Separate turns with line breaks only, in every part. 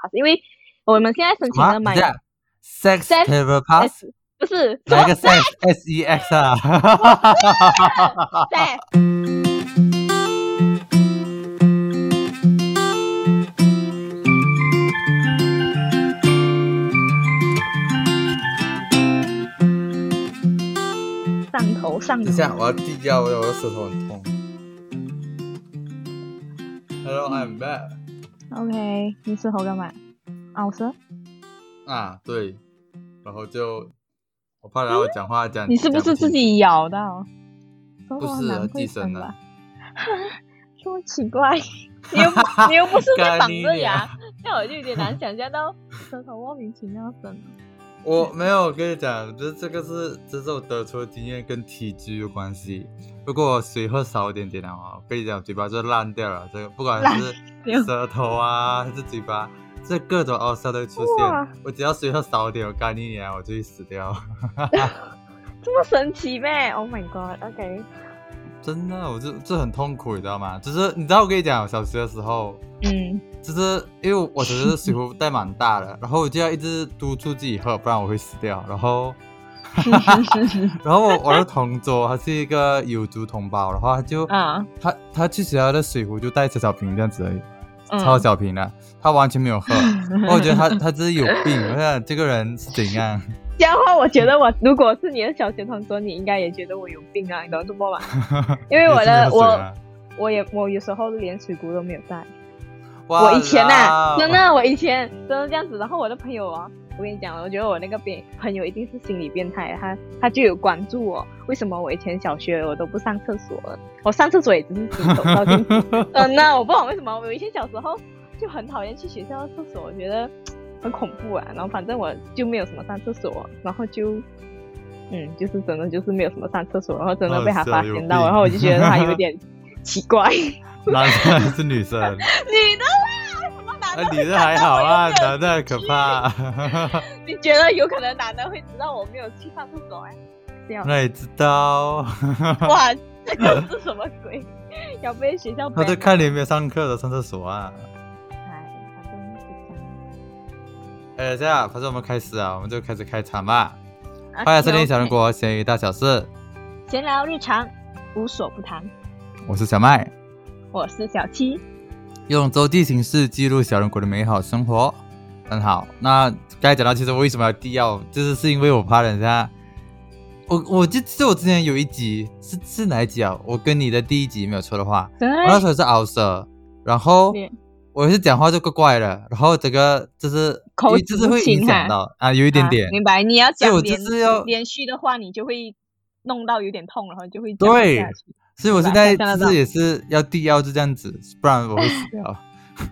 pass，因为我们现在申请了买
这样 sex
Sex-
table pass
不是
哪一个 sex S E X 啊？
在上头上 头，
等一下，我要低调，我的舌头很痛。Hello, I'm back。
OK，你是猴干嘛？啊，我说
啊，对，然后就我怕然后讲话讲
你是不是自？己咬 到？
不是
难
寄生 的
吧？这么啊奇怪，你 又不你又不是在绑着 牙，那我就有点难想象 到舌头莫名其妙生了。
讲不我没有，我跟你讲，这这个是这是我得出的经验跟体质有关系。如果我水喝少一点点的话，我跟你讲，嘴巴就烂掉了。这个不管是
掉
舌头啊，还是嘴巴，这各种凹陷都会出
哇
现。我只要水喝少一点，我干一年我就会死掉。
这么神奇咩？Oh my god！OK，、
真的，我这这很痛苦，你知道吗？就是你知道我跟你讲，我小学的时候，
嗯，
就是因为我只 是水壶带蛮大的，然后我就要一直督促自己喝，不然我会死掉。然后，然后我我的同桌他是一个有族同胞，然后他就、
啊，
他他去学校的水壶就带小小瓶这样子而已，
嗯
超小瓶的，他完全没有喝。我
哦
觉得他他真是有病，我想这个人是怎样？
这样的话，我觉得我如果是你的小学同桌，你应该也觉得我有病啊，你懂这么吗？ 因为我的
也是没有水啊
我也我有时候连水壶都没有带。
哇
我以前啊呐、
啦
真的，我以前真的这样子。然后我的朋友哦，我跟你讲，我觉得我那个变朋友一定是心理变态，他他就有关注我。为什么我以前小学我都不上厕所了？我上厕所也只是洗手照镜 子。嗯呐，我不懂为什么，我以前小时候就很讨厌去学校的厕所，我觉得嘖很恐怖啊。然后反正我就没有什么上厕所，然后就。嗯，就是真的就是没有什么上厕所，然后真的被他发现
哦是啊有
到，
病
然后我就觉得他有点奇怪， 女
男生还是女生？
的啦，什么男的
啊，你这还好啊，男的很可怕。
你觉得有可能男的会知道我没有去上厕所哎、这样，
那你知道？
哇，这个是什么鬼？要被学校
他
ban
在
吗
看你有没有上课的上厕所啊。
哎反正是这样
哎，这样，反正我们开始啊，我们就开始开场吧。
啊
欢迎收听
有
小人国咸鱼大小事，
闲聊日常，无所不谈。
我是小麦，
我是小七，
用周记形式记录小人国的美好生活。很好，那刚才讲到，其实我为什么要低调，就是是因为我怕人家。我我记记得我之前有一集是是哪一集啊？我跟你的第一集没有错的话，
对，
我那时候是熬舌，然后
哎对
我是讲话就怪怪的，然后整个就是
口齿
就是
不
会影
清
响
哈
到啊，有一点点
啊。明白？你要
所以我
讲
就
连
是要
连续的话，你就会弄到有点痛，然后你就会讲不
对
下去。
所以我现
明
在
白看得
就
到
是也是要地药就这样子，不然我会死 掉。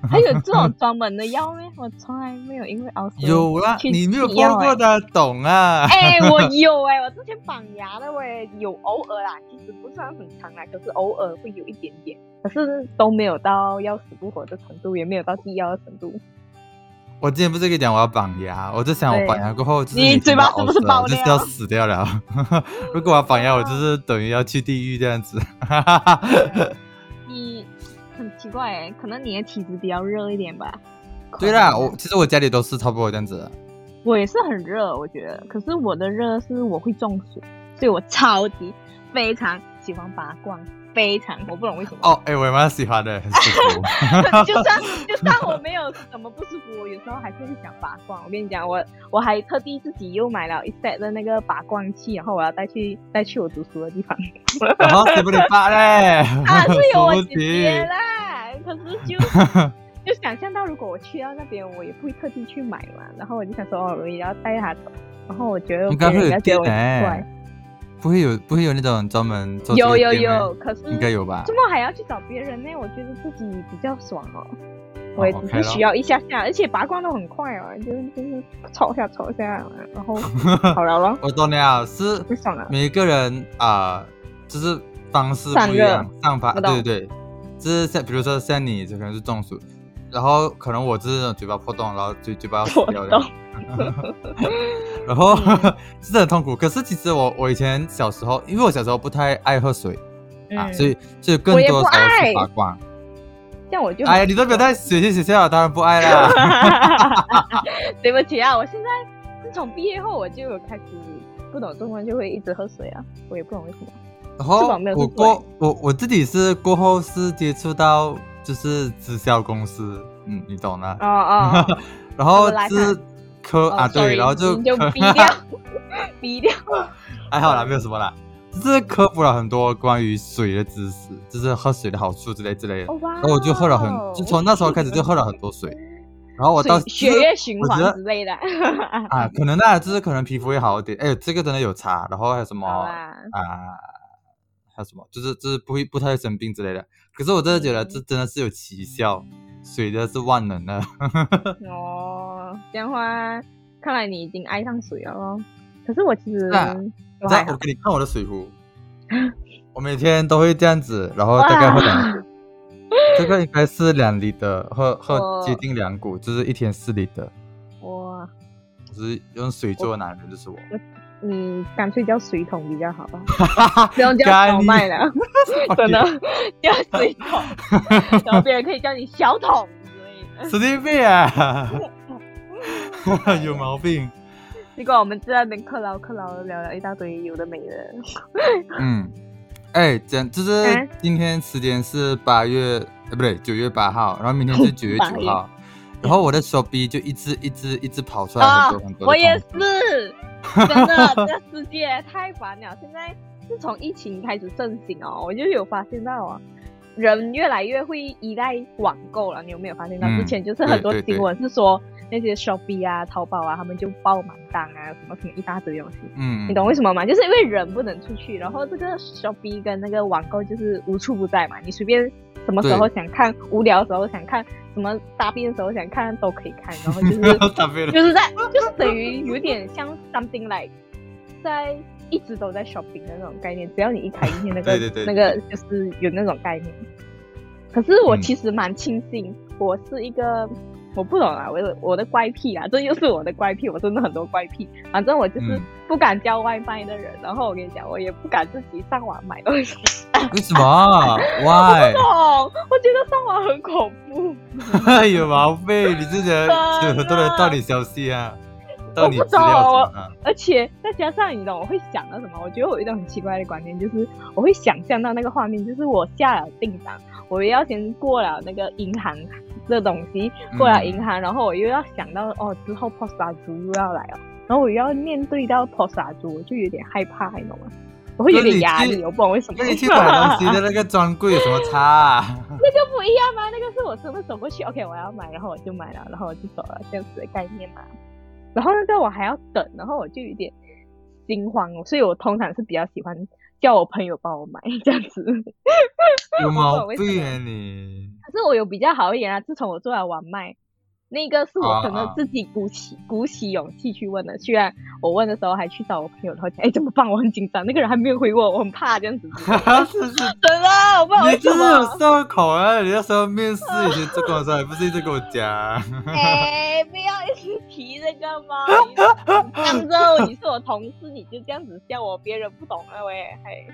还有这种专 门的药咩？我从来没有因为熬舌
有啦，
去
你没有
地药
碰过
哎
的，懂 啊？
哎、我有哎、我之前绑牙的喂，有偶尔啦，其实不算很长啦，可是偶尔会有一点点，可是都没有到要死不活的程度，也没有到地药的程度。
我之前不是跟你讲我要绑牙，我就想我
对
绑牙过后，就是
你
每天
嘴巴
都
是
要
不是
呕舌
爆啊
就是
料
要死掉了。 如果我要绑牙，我就是等于要去地狱这样子。
你很奇怪、欸，可能你的体质比较热一点吧。
对
可
啦，
能
我其实我家里都是差不多这样子的。
我也是很热，我觉得，可是我的热是我会中暑，所以我超级非常喜欢拔罐，非常我不懂为什么。
哦，哎，我也蛮喜欢的，很舒服。
就算就算我没有什么不舒服，我有时候还是会想拔罐。我跟你讲，我我还特地自己又买了一 set 的那个拔罐器，然后我要带去带去我读书的地 方。
然后谁不理发嘞？
啊，是有我
输不
姐姐
起。
啦，可是就 就想象到如果我去到那边，我也不会特地去买嘛。然后我就想说，哦，我也要带她走。然后我觉得
应该
别
会
人
有
家觉
店
得我很
哎
怪，，
不会有不会有那种专门做这
有
个
有
店咩
有，，嗯可是
哎应该有吧
周？末还要去找别人呢，我觉得自己比较爽哦。我也只
OK
是
咯
需要一下下，而且拔罐都很快哦，就是就是抽一下抽一下，然后 好了咯，
我懂了，是
就爽了。
每一个人啊，就是方式不一样，上法
我懂
对对对，就是像比如说像你这可能是中暑，然后可能我是那种嘴巴破洞，然后嘴嘴巴要死
破
掉的
洞。
然后 是很痛苦，可是其实我我以前小时候，因为我小时候不太爱喝水啊，
嗯
所以所以更
我也
多
不
时候
爱
是拔罐。
这样我就
哎呀，你都没有在 学习学校，当然不爱啦。
对不起啊，我现在自从毕业后我就有开始不懂中文就会一直喝水啊，我也不懂为 什么。
然后
吃饱没有
我
吃
过我我自己是过后是接触到就是直销公司，嗯，你懂的。
哦哦，哦
然后
怎么来看
是科
哦
啊，对，
sorry，
然后就
你就
科
逼掉，逼掉。
还好啦，没有什么啦，就是科普了很多关于水的知识，就是喝水的好处之类之类的。
哦哇！
然后我就喝了很，就从那时候开始就喝了 很多水。然后我哦到
水血液循
我觉
环
得
之类 的。
啊，可能那就是可能皮肤会好一点。哎，这个真的有差。然后还有什么
好
啊？
啦，
还有什么？就是就是不会不太会生病之类的。可是我真的觉得这真的是有奇效，水的是万能的。
哦，这样的话，看来你已经爱上水了咯。可是我其实
是啊
都还
来，我
好。
给你看我的 水壶，我每天都会这样子，然后大概喝两
哇
股。这个应该是两里的， 喝喝
我
接近两股，就是一天四里的。
哇，
就是用水做的男人就是我。
你嗯干脆叫水桶比较好 吧，
哈哈
不用叫
干
小
你
麦了， 真的叫水桶，然后别人可以叫你小桶之类的。
神经病啊！ 有毛病。
结果我们在那边克劳克劳聊了一大堆有的没的。
嗯，哎，讲就是
嗯
今天时间是八月，呃，不对，九月八号，然后明天是九月
八
九
月
号，然后我的手臂就一直一直一直跑出来很多很多的
哦我也
通知
是，真的，这世界太烦了。现在自从疫情开始盛行哦，我就有发现到啊，人越来越会依赖网购了。你有没有发现到？
嗯
之前就是很多
对对对
新闻是说那些 Shopee 啊、淘宝啊，他们就爆满单啊，什么什么一大堆东西。
嗯，
你懂为什么吗？就是因为人不能出去，然后这个 Shopee 跟那个网购就是无处不在嘛，你随便什么时候想看，无聊的时候想看，什么大便的时候想看都可以看，然后就是
打飞 了。
就是在就是等于有点像 something like 在一直都在 shopping 的那种概念，只要你一开一天那个
对对对
那个就是有那种概念。可是我
嗯
其实蛮庆幸，我是一个我不懂啊，我的我的怪癖啊，这又是我的怪癖，我真的很多怪癖。反正我就是
嗯
不敢叫外卖的人，然后我跟你讲，我也不敢自己上网买东西。
为什么？Why？
哦，我觉得上网很恐怖。
有毛病！你这人有很多人盗你消息啊，盗你
我不
资料什
懂
么的。
而且再加上你懂，我会想到什么？我觉得我有一种很奇怪的观念，就是我会想象到那个画面，就是我下了订单，我要先过了那个银行的东西，
嗯
过了银行，然后我又要想到哦，之后 POS 猪又要来了，然后我又要面对到 POS 猪，我就有点害怕，你懂吗？我会有点压
那你
力，
去
我不懂为什么。
跟你去买东西的那个专柜有什么差、啊？
那个不一样吗？那个是我真的走过去，OK，我要买，然后我就买了，然后我就走了，这样子的概念嘛。然后那个我还要等，然后我就有点心慌，所以我通常是比较喜欢叫我朋友帮我买这样子。
有
我
毛
不懂为
病
什么
啊你！
可是我有比较好一点啊，自从我做了晚麦，那个是我真
啊
的
啊
自己鼓起、鼓起勇气去问的。虽然我问的时候还去找我朋友，然后讲，哎，怎么办？我很紧张，那个人还没有回我，我很怕这样子。
啊是是，
真的，我不知道
你
为什
真的
么
有。社恐啊！你那时候面 试以前做工的时候，还不是一直跟我讲？
哎，不要一直提这个嘛！你上周你是我同事，你就这样子笑我，别人不懂了喂。哎，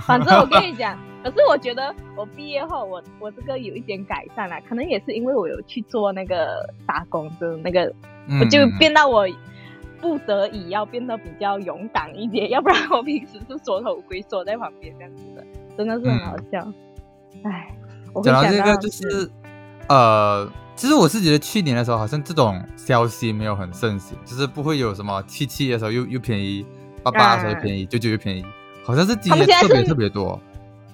反正我跟你讲，可是我觉得我毕业后，我我这个有一点改善啦，可能也是因为我有去做那个打工的那个，我
嗯
就变到我不得已要变得比较勇敢一点，要不然我平时是缩头龟缩在旁边这样子的，真的是很好笑。哎、我会
嗯讲
想
到这个
到
就是，呃，其实我是觉得去年的时候，好像这种消息没有很盛行，就是不会有什么七七的时候又又便宜，八八的时候又便宜，九九又便宜，好像是今
啊他
年
们现在
特别
是
特别多。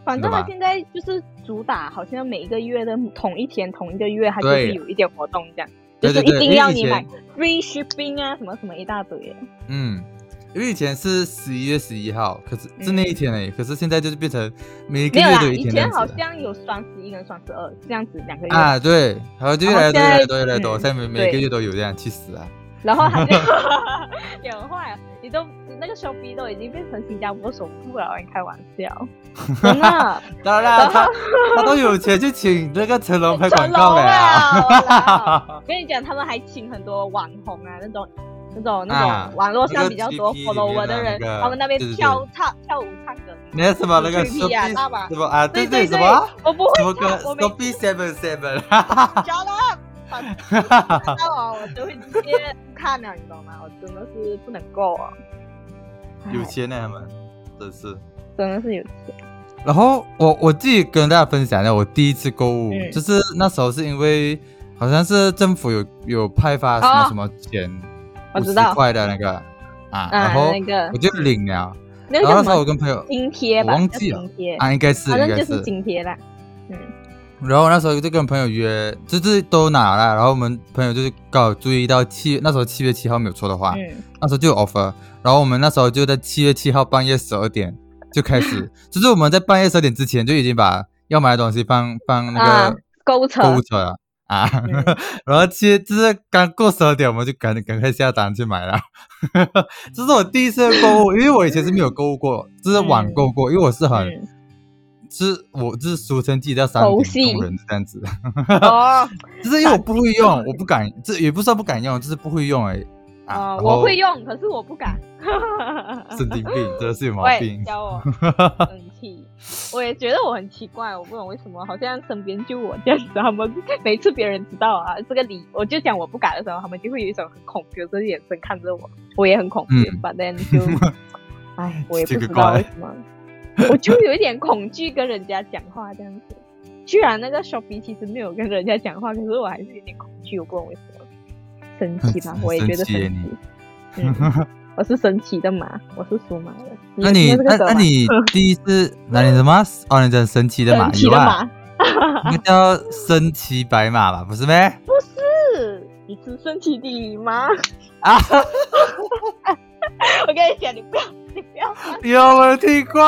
反
对
正
吧
他现在就是主打，好像每一个月的同一天、同一个月，它就
对
是有一点活动这样，就
对
是
对
一
对，因
定
为
要
以
你
前
买 free shipping 啊，什么什么一大堆。
嗯，因为以前是十一月十一号，可是是那一
嗯
天哎、可是现在就是变成每一个
没有
月
啦
都，有一
以
天这样
前
子
好像有双十一跟双十二这样子两个月，
啊，对，然后就越
然
来
后现在哦
越多，越来越多，越来越多，
嗯
现在每每个
对
月都有这样，去死啊！
然后 还也很坏啊！你都你那个 s h o p 都已经变成新加坡首富了，你开玩 笑，真的。
当然啦，他他都有钱去请那个成龙拍广告
成龙
了
啊我
呀
跟你讲，他们还请很多网红啊，那种那种那
啊
种网络
那
上
个
比较多
GP 里面的
follower 的人，
那个
他们那边
对对对
跳唱跳舞唱歌。
你是什么那个
吹屁啊大马
什么啊？对
对
什么？
我不
什么
会
歌
唱，我没
s p Seven Seven，哈哈哈
shut up，反正
哈哈哈。
到啊我我就会直接不看了，你懂吗？我真的是不能够啊，唉
有钱呢，他们真是。
真的是有钱。
然后我我自己跟大家分享一下我第一次购物，
嗯
就是那时候是因为好像是政府有有派发什么
哦
什么钱，
我
五
知
十
道
块的那个啊，然
啊
后
那个
我就领了。
那
然
个叫
后那时候
什
我
么
跟朋友
津贴吧，
我忘
叫
记了
津贴，
啊，应该是
反
应
正就
该
是津贴啦。嗯，
然后那时候就跟朋友约，就是都拿了，然后我们朋友就是刚好注意到七，那时候七月七号没有错的话，
嗯，
那时候就有 offer，然后我们那时候就在七月七号半夜十二点就开始， 就是我们在半夜十二点之前就已经把要买的东西放放那
啊
个，
购物车，
购物车了啊，
嗯
然后七就是刚过十二点，我们就赶赶快下单去买了， 这是我第一次购物，因为我以前是没有购物过，就是网购过，因为我是很。
嗯，
是我就是俗称自己叫山
猴
顶
戏
工人这样子， 啊
哦
就是因为我不会 用，我不敢，这也不是说不敢用，就是不会用而已。啊
哦，，
然后
我会用，可是我不敢。
神经病，真的是有毛
喂
病，。
教我， 很气。我也觉得我很奇怪，我不懂为什么，好像身边就我这样子，他们每次别人知道啊这个理，我就讲我不敢的时候，他们就会有一种很恐惧的眼神看着我，我也很恐惧
嗯
，but then 就，唉，我也不知
奇
道
怪，
为什么，我就有一点恐惧跟人家讲话这样子。居然那个 shopee 其实没有跟人家讲话，可是我还是有点恐惧，我不懂为什么，生气吧我也觉得
生气耶
生气。嗯，我是神奇的马，我是属马的。
那你
有听过
那
这个
那
梗吗
你第一次那你什么？哦，你讲神奇的马
神奇
有
的
啊，
马
那叫神奇白马吧，不是 咩？
是你是神奇的马。
啊，
我跟你讲，你不要你不要
有 没有听过？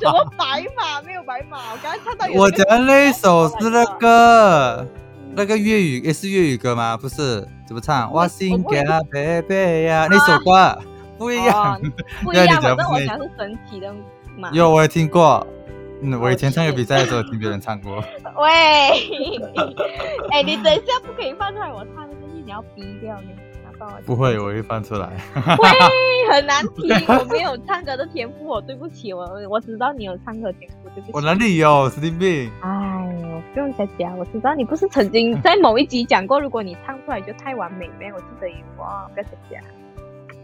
什么白马没有白马，我刚刚看到有
啊我
那个
讲的那一首是那 个那个粤语，诶，是粤语歌吗？不是，怎么唱？
我
我心给啊，贝贝呀，那首歌啊不一样
哦。不一
那
样，
你
反
讲
正我
不一
讲
样
是神奇的马。
有，我也听过。嗯，我以前唱歌
哦
比赛的时候听别人唱过。
喂， 哎，你等一下不可以放出来我唱的东西，你要逼掉你。帮我
不会，我会放出来。
会很难听，我没有唱歌的天赋，我对不起我，我知道你有唱歌的天赋，对不起。
我哪里有神经病？
哎呦，不用再讲，我知道你不是曾经在某一集讲过，如果你唱出来就太完美咩？我记得有哇，不要再讲。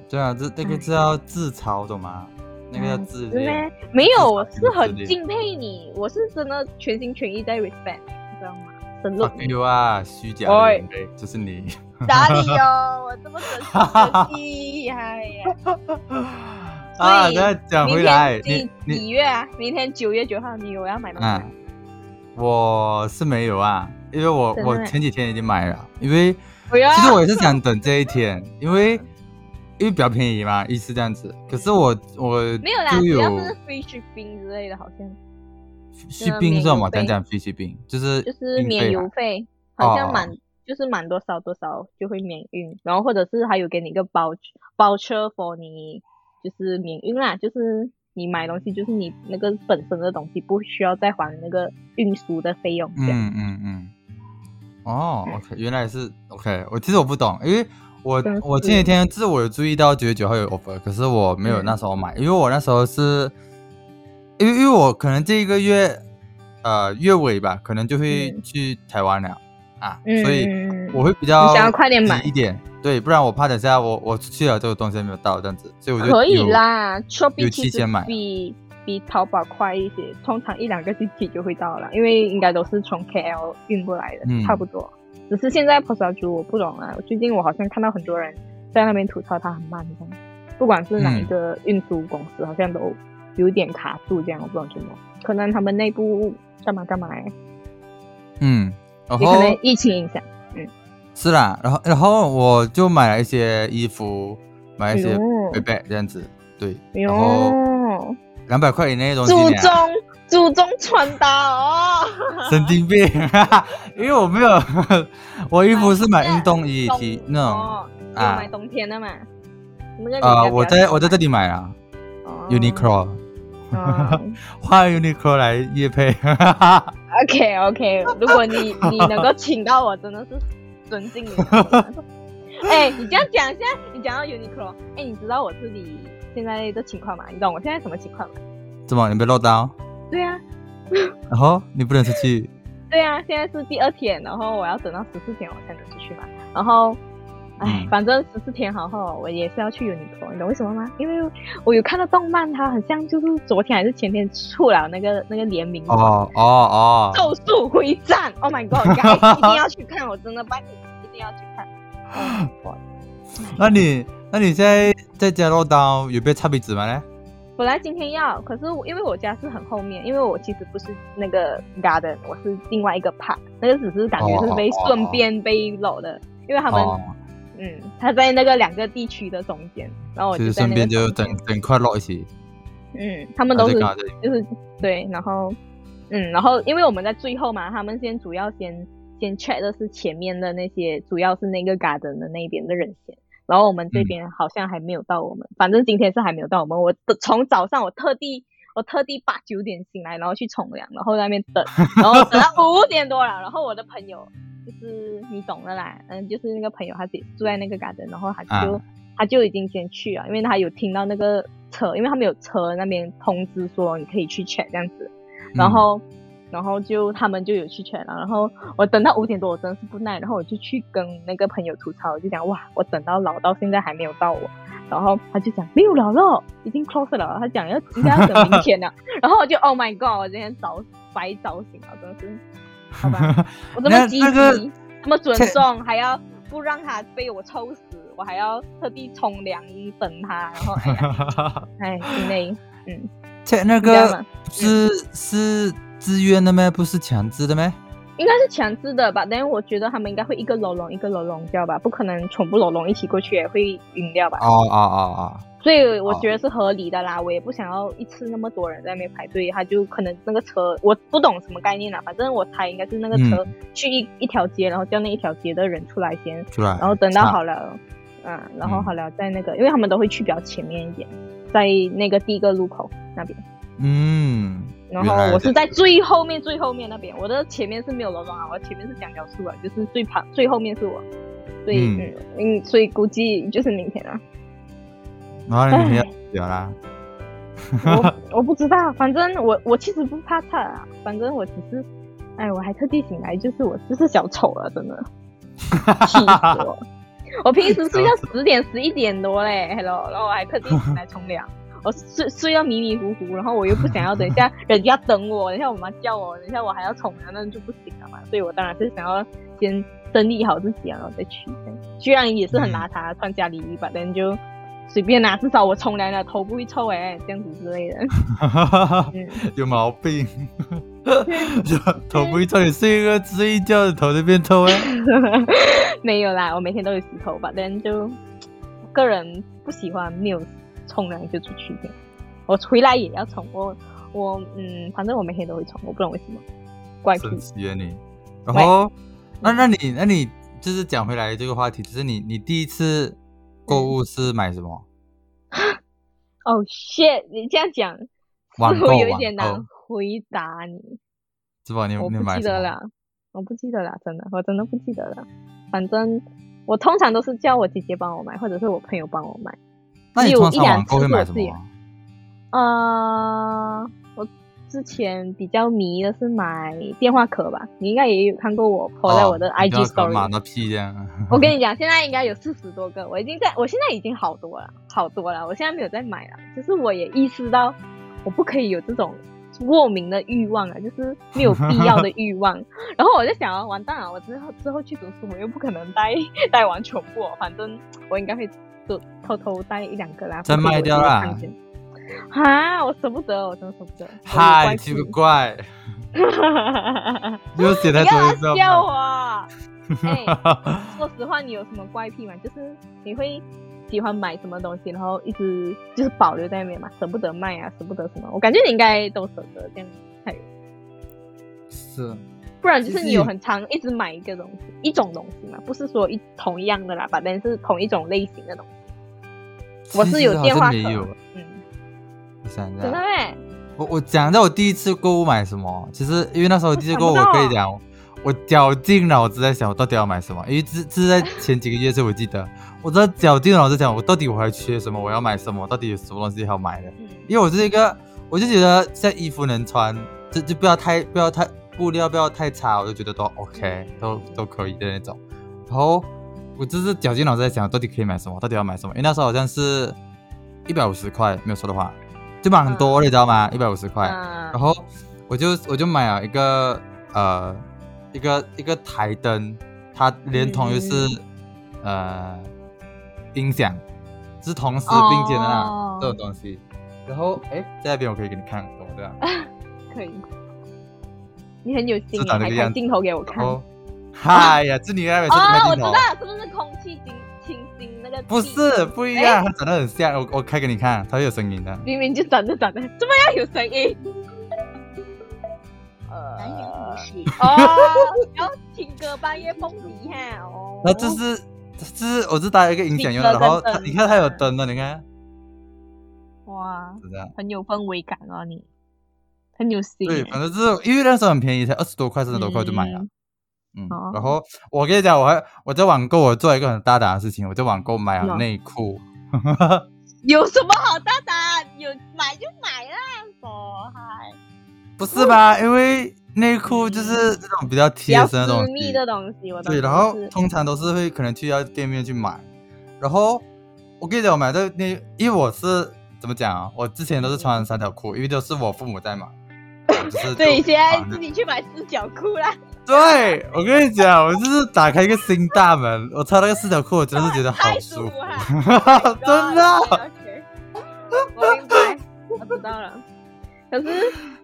对啊，这那个叫自嘲，懂吗？那个叫自
是
恋
咩。？没
自
有，
嘲
我
跟
是很
自恋
敬佩你，我是真的全心全意在 respect，你你知道吗？神鹿
没有啊，虚假的人类就是你。
哪里有我这么神神气？哎呀，
啊，
所以
那讲
明
回
天
来，你
几
你
几月啊？明天九月九号，你有要买吗？
啊，我是没有啊，因为我
真的
我
吗
前几天已经买了，因为
不要。
其实我也是想等这一天，因为因为比较便宜嘛，一次这样子。可是我我
没有啦，
就
主
有
要是 free shipping 之类的，好像
续
免
冰算
邮
吗？讲
费
讲续续冰就是
就是
运
免
费啊
邮费，好
哦
像满、就是满多少多少就会免运，然后或者是还有给你一个包包车 for 你就是免运啦，就是你买东西就是你那个本身的东西不需要再还那个运输的费用，这样、
嗯嗯嗯。哦
嗯
，OK，原来是 OK。我其实我不懂，因为我
真
我
啊是
前几天自我有注意到九月九号有 offer，可是我没有
嗯
那时候买，因为我那时候是，因为因为我可能这一个月呃月尾吧，可能就会
嗯
去台湾了、啊，
嗯，
所以
嗯嗯
我会比较
你想要快点买
急一点，对，不然我怕等下我我出去了这个东西还没有到这样子，所以我就
可以
有
啦，shopping
有
其
期
实
限买。
比比淘宝快一些，通常一两个星期就会到了，因为应该都是从 KL 运过来的，
嗯
差不多。只是现在 p o s a 猪我不懂啊，最近我好像看到很多人在那边吐槽它很慢这样，不管是
嗯
哪一个运输公司，好像都有点卡住这样，我不懂为什么，可能他们内部干嘛干嘛、欸，
嗯，然
也
后
可能疫情影响。
是啦，然后然后我就买了一些衣服，买了一些
哎呦
背背这样子，对，然后啊
哟，
两百块以内的东西
注
呢，
重注重穿搭哦。
神经病，因为我没有，我衣服是买运动衣
冬
体那种，
哦，有
嗯啊
买冬天的嘛？哦那个你
呃，
家
我
比较
在
少
我在
买
这里买啊
哦
，Uniqlo，
哦
花 Uniqlo 来夜配， 哈哈
OK OK，如果你你能够请到我，真的是尊敬你。 哎，你这样讲一下，你讲到 Uniqlo，哎，你知道我自己现在的情况吗？你懂我现在什么情况吗？
怎么你被落单？
对啊，
然后你不能出去，
对啊，现在是第二天，然后我要等到十四天我才能出去嘛。然后，哎
嗯，
反正十四天好后，我也是要去 Uniqlo，你懂为什么吗？因为我有看到动漫，它很像就是昨天还是前天出了那个那个联名款
哦哦哦，
咒术回战，Oh my god，guys，一定要去看，我真的拜托你一定要去看。Oh my god
那你那你现在在家落单有被擦鼻子吗呢？
本来今天要，可是我因为我家是很后面，因为我其实不是那个 garden，我是另外一个 park，那个只是感觉是被
哦哦哦
顺便被搂的，因为他们、
哦，
嗯，他在那个两个地区的中间，然后我就
就
是在哦
顺
那
便
个
就
中
整
间
整块落一起，
嗯，他们
然后
都
就是刚好在里面
就是对，然后嗯，然后因为我们在最后嘛，他们先主要先先 check 的是前面的那些，主要是那个 garden 的那一边的人先，然后我们这
嗯
边好像还没有到我们，反正今天是还没有到我们。我的从早上我特地我特地八九点醒来，然后去冲凉，然后在那边等，然后等到五点多了，然后我的朋友就是你懂的啦，嗯，就是那个朋友他自己住在那个 garden，然后他就、
啊
他就已经先去了，因为他有听到那个车，因为他们有车那边通知说你可以去 check 这样子，
嗯
然后。然后就他们就有去 check 了，然后我等到五点多，我真的是不耐，然后我就去跟那个朋友吐槽，我就讲哇，我等到老到现在还没有到我，然后他就讲没有老了，已经 close 了，他讲要应该要等明天了， 然后我就 Oh my God，我今天早白早醒了，真的是，好 吧，我这么
那
积极，
那个
这么尊
切
重，还要不让他被我抽死，我还要特地冲凉等他，然后哎 呀，哎，心累，
切那
你知道
个
吗？嗯
是是自愿的咩？不是强制的咩？
应该是强制的吧，但是我觉得他们应该会一个楼笼一个楼笼掉吧，不可能全部楼笼一起过去也会晕掉吧，
哦哦哦
所以我觉得是合理的啦。我也不想要一次那么多人在那边排队，他就可能那个车我不懂什么概念啦，反正我猜应该是那个车
嗯
去一、一条街，然后叫那一条街的人出来先，
哦，出来，
然后等到
差
好了，嗯，然后
嗯
好了再那个，因为他们都会去比较前面一点，在那个第一个路口那边。
嗯，
然
原
后
来
我
的
是在最后面最后面那边，我的前面是没有楼栋啊，我前面是两条树啊，就是最旁最后面是我，所以
嗯
嗯嗯，所以估计就是明天啊，
然后你女朋友有啦，
我 我不知道，反正我我其实不怕菜啊，反正我只是，哎，我还特地醒来，就是我就是小丑了，真的，气死我！我平时睡到十点十一点多嘞，hello，然后我还特地醒来冲凉。 我睡睡到迷迷糊糊，然后我又不想要等一下人家等我，等一下我妈叫我，等一下我还要冲凉，那就不行了嘛。所以我当然是想要先整理好自己啊，然后再去。这样虽然也是
嗯
很邋遢，穿家里衣吧，但就随便啦、至少我冲凉了，头不会臭哎、这样子之类的。 嗯，
有毛 病，头不会痛，你睡一个睡一觉头就变 痛哎，
没有啦，我每天都有洗头发，但就个人不喜欢没有冲凉就出去这样我回来也要冲，我我嗯，反正我每天都会冲，我不知道为什么，怪癖
神。奇啊你。然后，
嗯
那那你那你就是讲回来这个话题，就是你你第一次购物是买什么？
哦、shit！你这样讲，
网
似乎
购
有一
网
点
购
难回答你。
是吧？你
我
你
不
买
记
什
得
么？
了，我不记得了，真的，我真的不记得了。反正我通常都是叫我姐姐帮我买，或者是我朋友帮我买。
那你
只有
通
一
常
两
网购
次
会
是
买
我
什
自己
么？
呃，我之前比较迷的是买电话壳吧，你应该也有看过我 po 在我的
哦你
IG
不要搞马
story。
那屁这样。
我跟
嗯
你讲，现在应该有四十多个，我已经在，我现在已经好多了，好多了。我现在没有在买了，就是我也意识到，我不可以有这种莫名的欲望啊，就是没有必要的欲 望。然后我就想啊，完蛋了，我之后之后去读书，我又不可能带带完全部哦，反正我应该会就偷偷带一两个啦，
再
或者
卖
我
掉
自己
啦
看见。啊，我舍不得，我真的舍不得。
嗨，奇
奇
不怪，又写在
你
头
干嘛笑
上买。
我？ 哎、 说实话，你有什么怪癖吗？就是你会喜欢买什么东西，然后一直就是保留在那边嘛，舍不得卖啊，舍不得什么。我感觉你应该都舍得这样，
是，
不然就是
其实
你有
也
很长一直买一个东西，一种东西嘛，不是说一同一样的啦，反正是同一种类型的东西。我
其
是
实
有
好
电
像
话
没
壳
有。
嗯，
我想一
真的
下，
咩？
我我讲一下我第一次购物买什么。其实因为那时候第一次购物，
我想不
我
到啊
跟你讲，我绞尽脑汁在想我到底要买什么，因为这这是在前几个月，所以我记得我在绞尽脑汁想我到底我还缺什么，我要买什么，到底有什么东西要买
嗯
的。因为我是一个，我就觉得像衣服能穿，就就不要太不要太布料不要太差，我就觉得都 OK，都都可以的那种。然后我就是绞尽脑汁在想到底可以买什么，到底要买什么。因为那时候好像是一百五十块，没有错的话，就蛮多的，你知道吗？一百五十块。
嗯
然后我就我就买了一个呃一个一个台灯，它连同
嗯
就是、呃音响，是同时并肩的啦、
哦
这种东西。然后哎，在那边我可以给你看，懂 对吧？
可以。你很有心
是
耶，
长那
还
个
开
样子
镜头给我看。
然后，嗨呀，这女的那边是
哦，
开
我
镜
知
头
道，，是不是空气清清新那个？
不是，不一样，它长得很像。我我开给你看，它会有声音的。
明明就长得长得这么样有声音。
男人
呃
无，耻，
哦，然后情歌半夜风笛哈，哦，
然后这是这是我是搭一个音响用的，
镜
然
头
后
跟
它
灯
你看它有灯的，你看
哇，
是这样。
很有氛围感哦，你很有心
对，
耶，
反正就是因为那时候很便宜，才二十多块、三十多块我就买了。嗯，
哦
然后我跟你讲，我还我在网购，我做了一个很大胆的事情，我在网购买
什
了
么
内裤。
有什么好大胆？有买就买啦，我嗨，
不是吧？
嗯
因为内裤就是那种比较
比
贴
较
身的东
私
西，
密的东西，我懂
对，然后
就是
通常都是会可能去到店面去买，然后我跟你讲，我买的那，因为我是怎么讲啊？我之前都是穿三条裤，因为都是我父母在买，就是
对，
就
你现在
绑着
自己去买四角裤啦，
对，我跟你讲，我就是打开一个新大门，我穿那个四条裤，我真的是觉得好
太
舒 服
服，啦。
真的。
OK，OK 我明白，我知道了。可是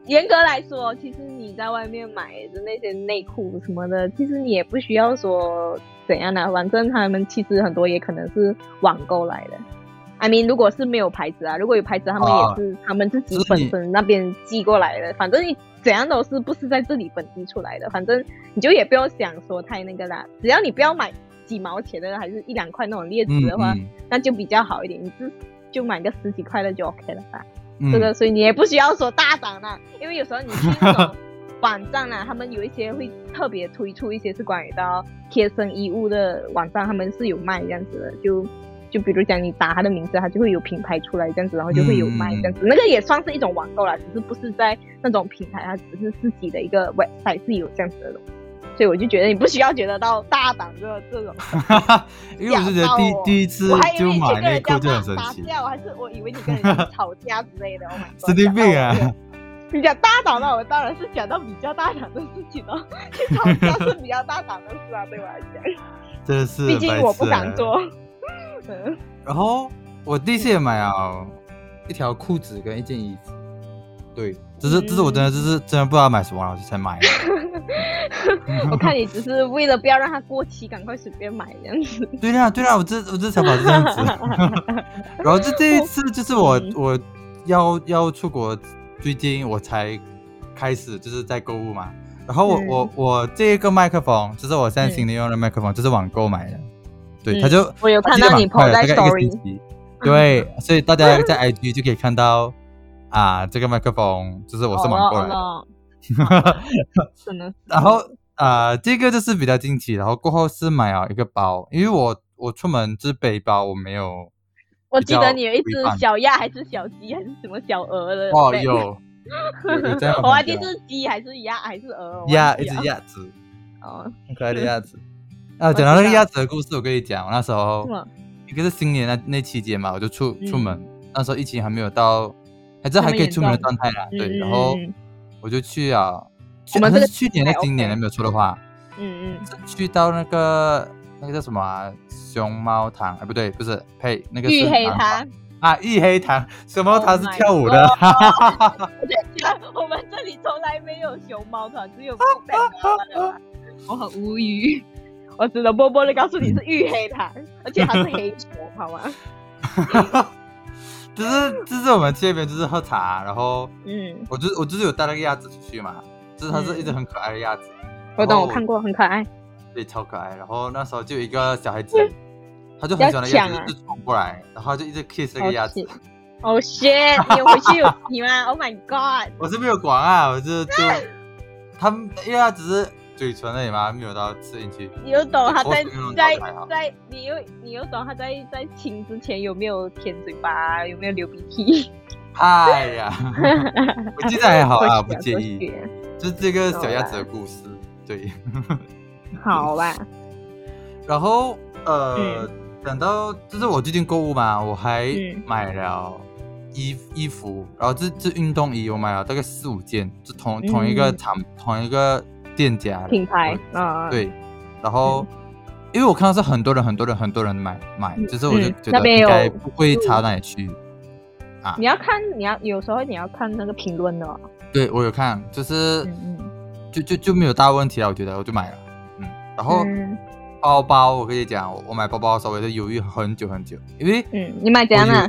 严格来说，其实你在外面买的那些内裤什么的，其实你也不需要说怎样啦，反正他们其实很多也可能是网购来的。I mean，如果是没有牌子啊，如果有牌子，他们
啊
也是、他们自己
就是
本
你
身那边寄过来的。反正你怎样都是不是在这里本地出来的，反正你就也不要想说太那个啦，只要你不要买几毛钱的，还是一两块那种劣质
嗯
的话，
嗯
那就比较好一点，你就就买个十几块的就 OK 了吧。
嗯，
这个，所以你也不需要说大胆啦，因为有时候你去那种网站啊，他们有一些会特别推出一些是关于到贴身衣物的网站，他们是有卖这样子的，就就比如讲你打他的名字，他就会有品牌出来这样子，然后就会有卖
嗯
这样子，那个也算是一种网购啦，只是不是在那种平台，它只是自己的一个 website 是有这样子的东西。所以我就觉得你不需要觉得到大胆这这种，
因为我就觉得第
吓 到我
第一次
嗯我还以为
就
你去
买
跟
内
人家
裤就很
打
神
打
奇，
架，我还是我以为你跟人家吵架之类的。Oh my god！
神经病啊
吓到我！你讲大胆了，我当然是讲到比较大胆的事情哦。 去吵架是比较大胆的事啊，对我来讲，
真的是
毕竟我不
白痴
敢
欸
做。嗯
然后我第一次也买了一条裤子跟一件衣服，对，只是只是我
嗯
真的就是真的不知道买什么，然后才买的。
嗯我看你只是为了不要让它过期，赶快随便买这样子。
对啦对啊啦，我这我这想法是这 样子。然后这这一次就是我
嗯
我要要出国，最近我才开始就是在购物嘛。然后我、
嗯
我我这个麦克风，就是我现在新的用的麦克风，就是网购买的。对，它就
嗯我有
它
看
其实
到你
蛮快
PO
的
在
大啊概一个星
story，
期。 对，所以大家在 IG 就可以看到啊，这个麦克风就是我是网购来的。
了，哦 真的。
然后
嗯
啊、呃这个就是比较近期，然后过后是买了一个包，因为我我出门就是背包，我没有
我记得你有一
比较
只
规范
小鸭还是小鸡还是什么小鹅的？
哦
对
有有有这样
我忘记是鸡还是鸭还是鹅。我
啊鸭
忘
一
记
只
了
鸭子，
哦，
很可爱的鸭子。啊，
我
讲到那
知
个
道
鸭子的故事，我跟你讲，我那时候
是吗？
一个是新年那那期间嘛，我就出
嗯
出门，那时候疫情还没有到，还是
那么
还可以
严
出门的
重
状态啦，对，
嗯
然后
嗯嗯
我就去啊，去
我们
好像
这
是去年的
还
今年
OK
的没有错的话，
嗯嗯，
是去到那个那个叫什么啊，熊猫堂，哎不对，不是，呸，那个是
玉黑
南
它
方。啊，玉黑堂，熊猫
Oh
堂是
my
跳舞的，
我们这里从来没有熊猫团，只
啊
有 Big Bang 妈妈的团我很无语。我只能默默的告诉你是玉黑糖，而且它是 黑球，好吗？
就是就是我们去那边就是喝茶，然后
嗯，
我就是我就是有带那个鸭子出去嘛，就是它是一只
嗯
很可爱的鸭子，
我懂，我
哦
看过，很可爱。
对，超可爱。然后那时候就有一个小孩子，他就很
要
喜欢那个鸭
抢
子，
啊
就冲过来，然后他就一直 kiss 那
好
个鸭子
气。哦 shit！你有回去有你吗？Oh my god！
我是没有管啊，我是就他们，因为他只是嘴唇而已嘛，没有到吃进去。
你又懂他
口
在
水那种
在
倒还好
在，你又你又懂他在在亲之前有没有舔嘴巴，有没有流鼻涕？
哎呀， 我记得还好啊，
过
不
去
介
了
意。。
过去了
就是这个小鸭子的故事，对。
好吧，
嗯然后呃，讲到就是我最近购物嘛，我还
嗯
买了衣服衣服，然后这这运动衣我买了大概四五件，就同同一个
嗯
厂、同一个店家的
品牌
我
啊，
对，然后。因为我看到是很多人、很多人、很多人买买，
嗯
就是我就
嗯
觉
那
得
边
应
有嗯
该不会差到哪里去。
你要看，你要有时候你要看那个评论的哦，
对我有看，就是、
嗯嗯
就就就没有大问题了，我觉得我就买了。嗯，然后
嗯
包包，我跟你讲，我我买包包的时候我也是犹豫很久很久，因为
嗯，你买怎样啊？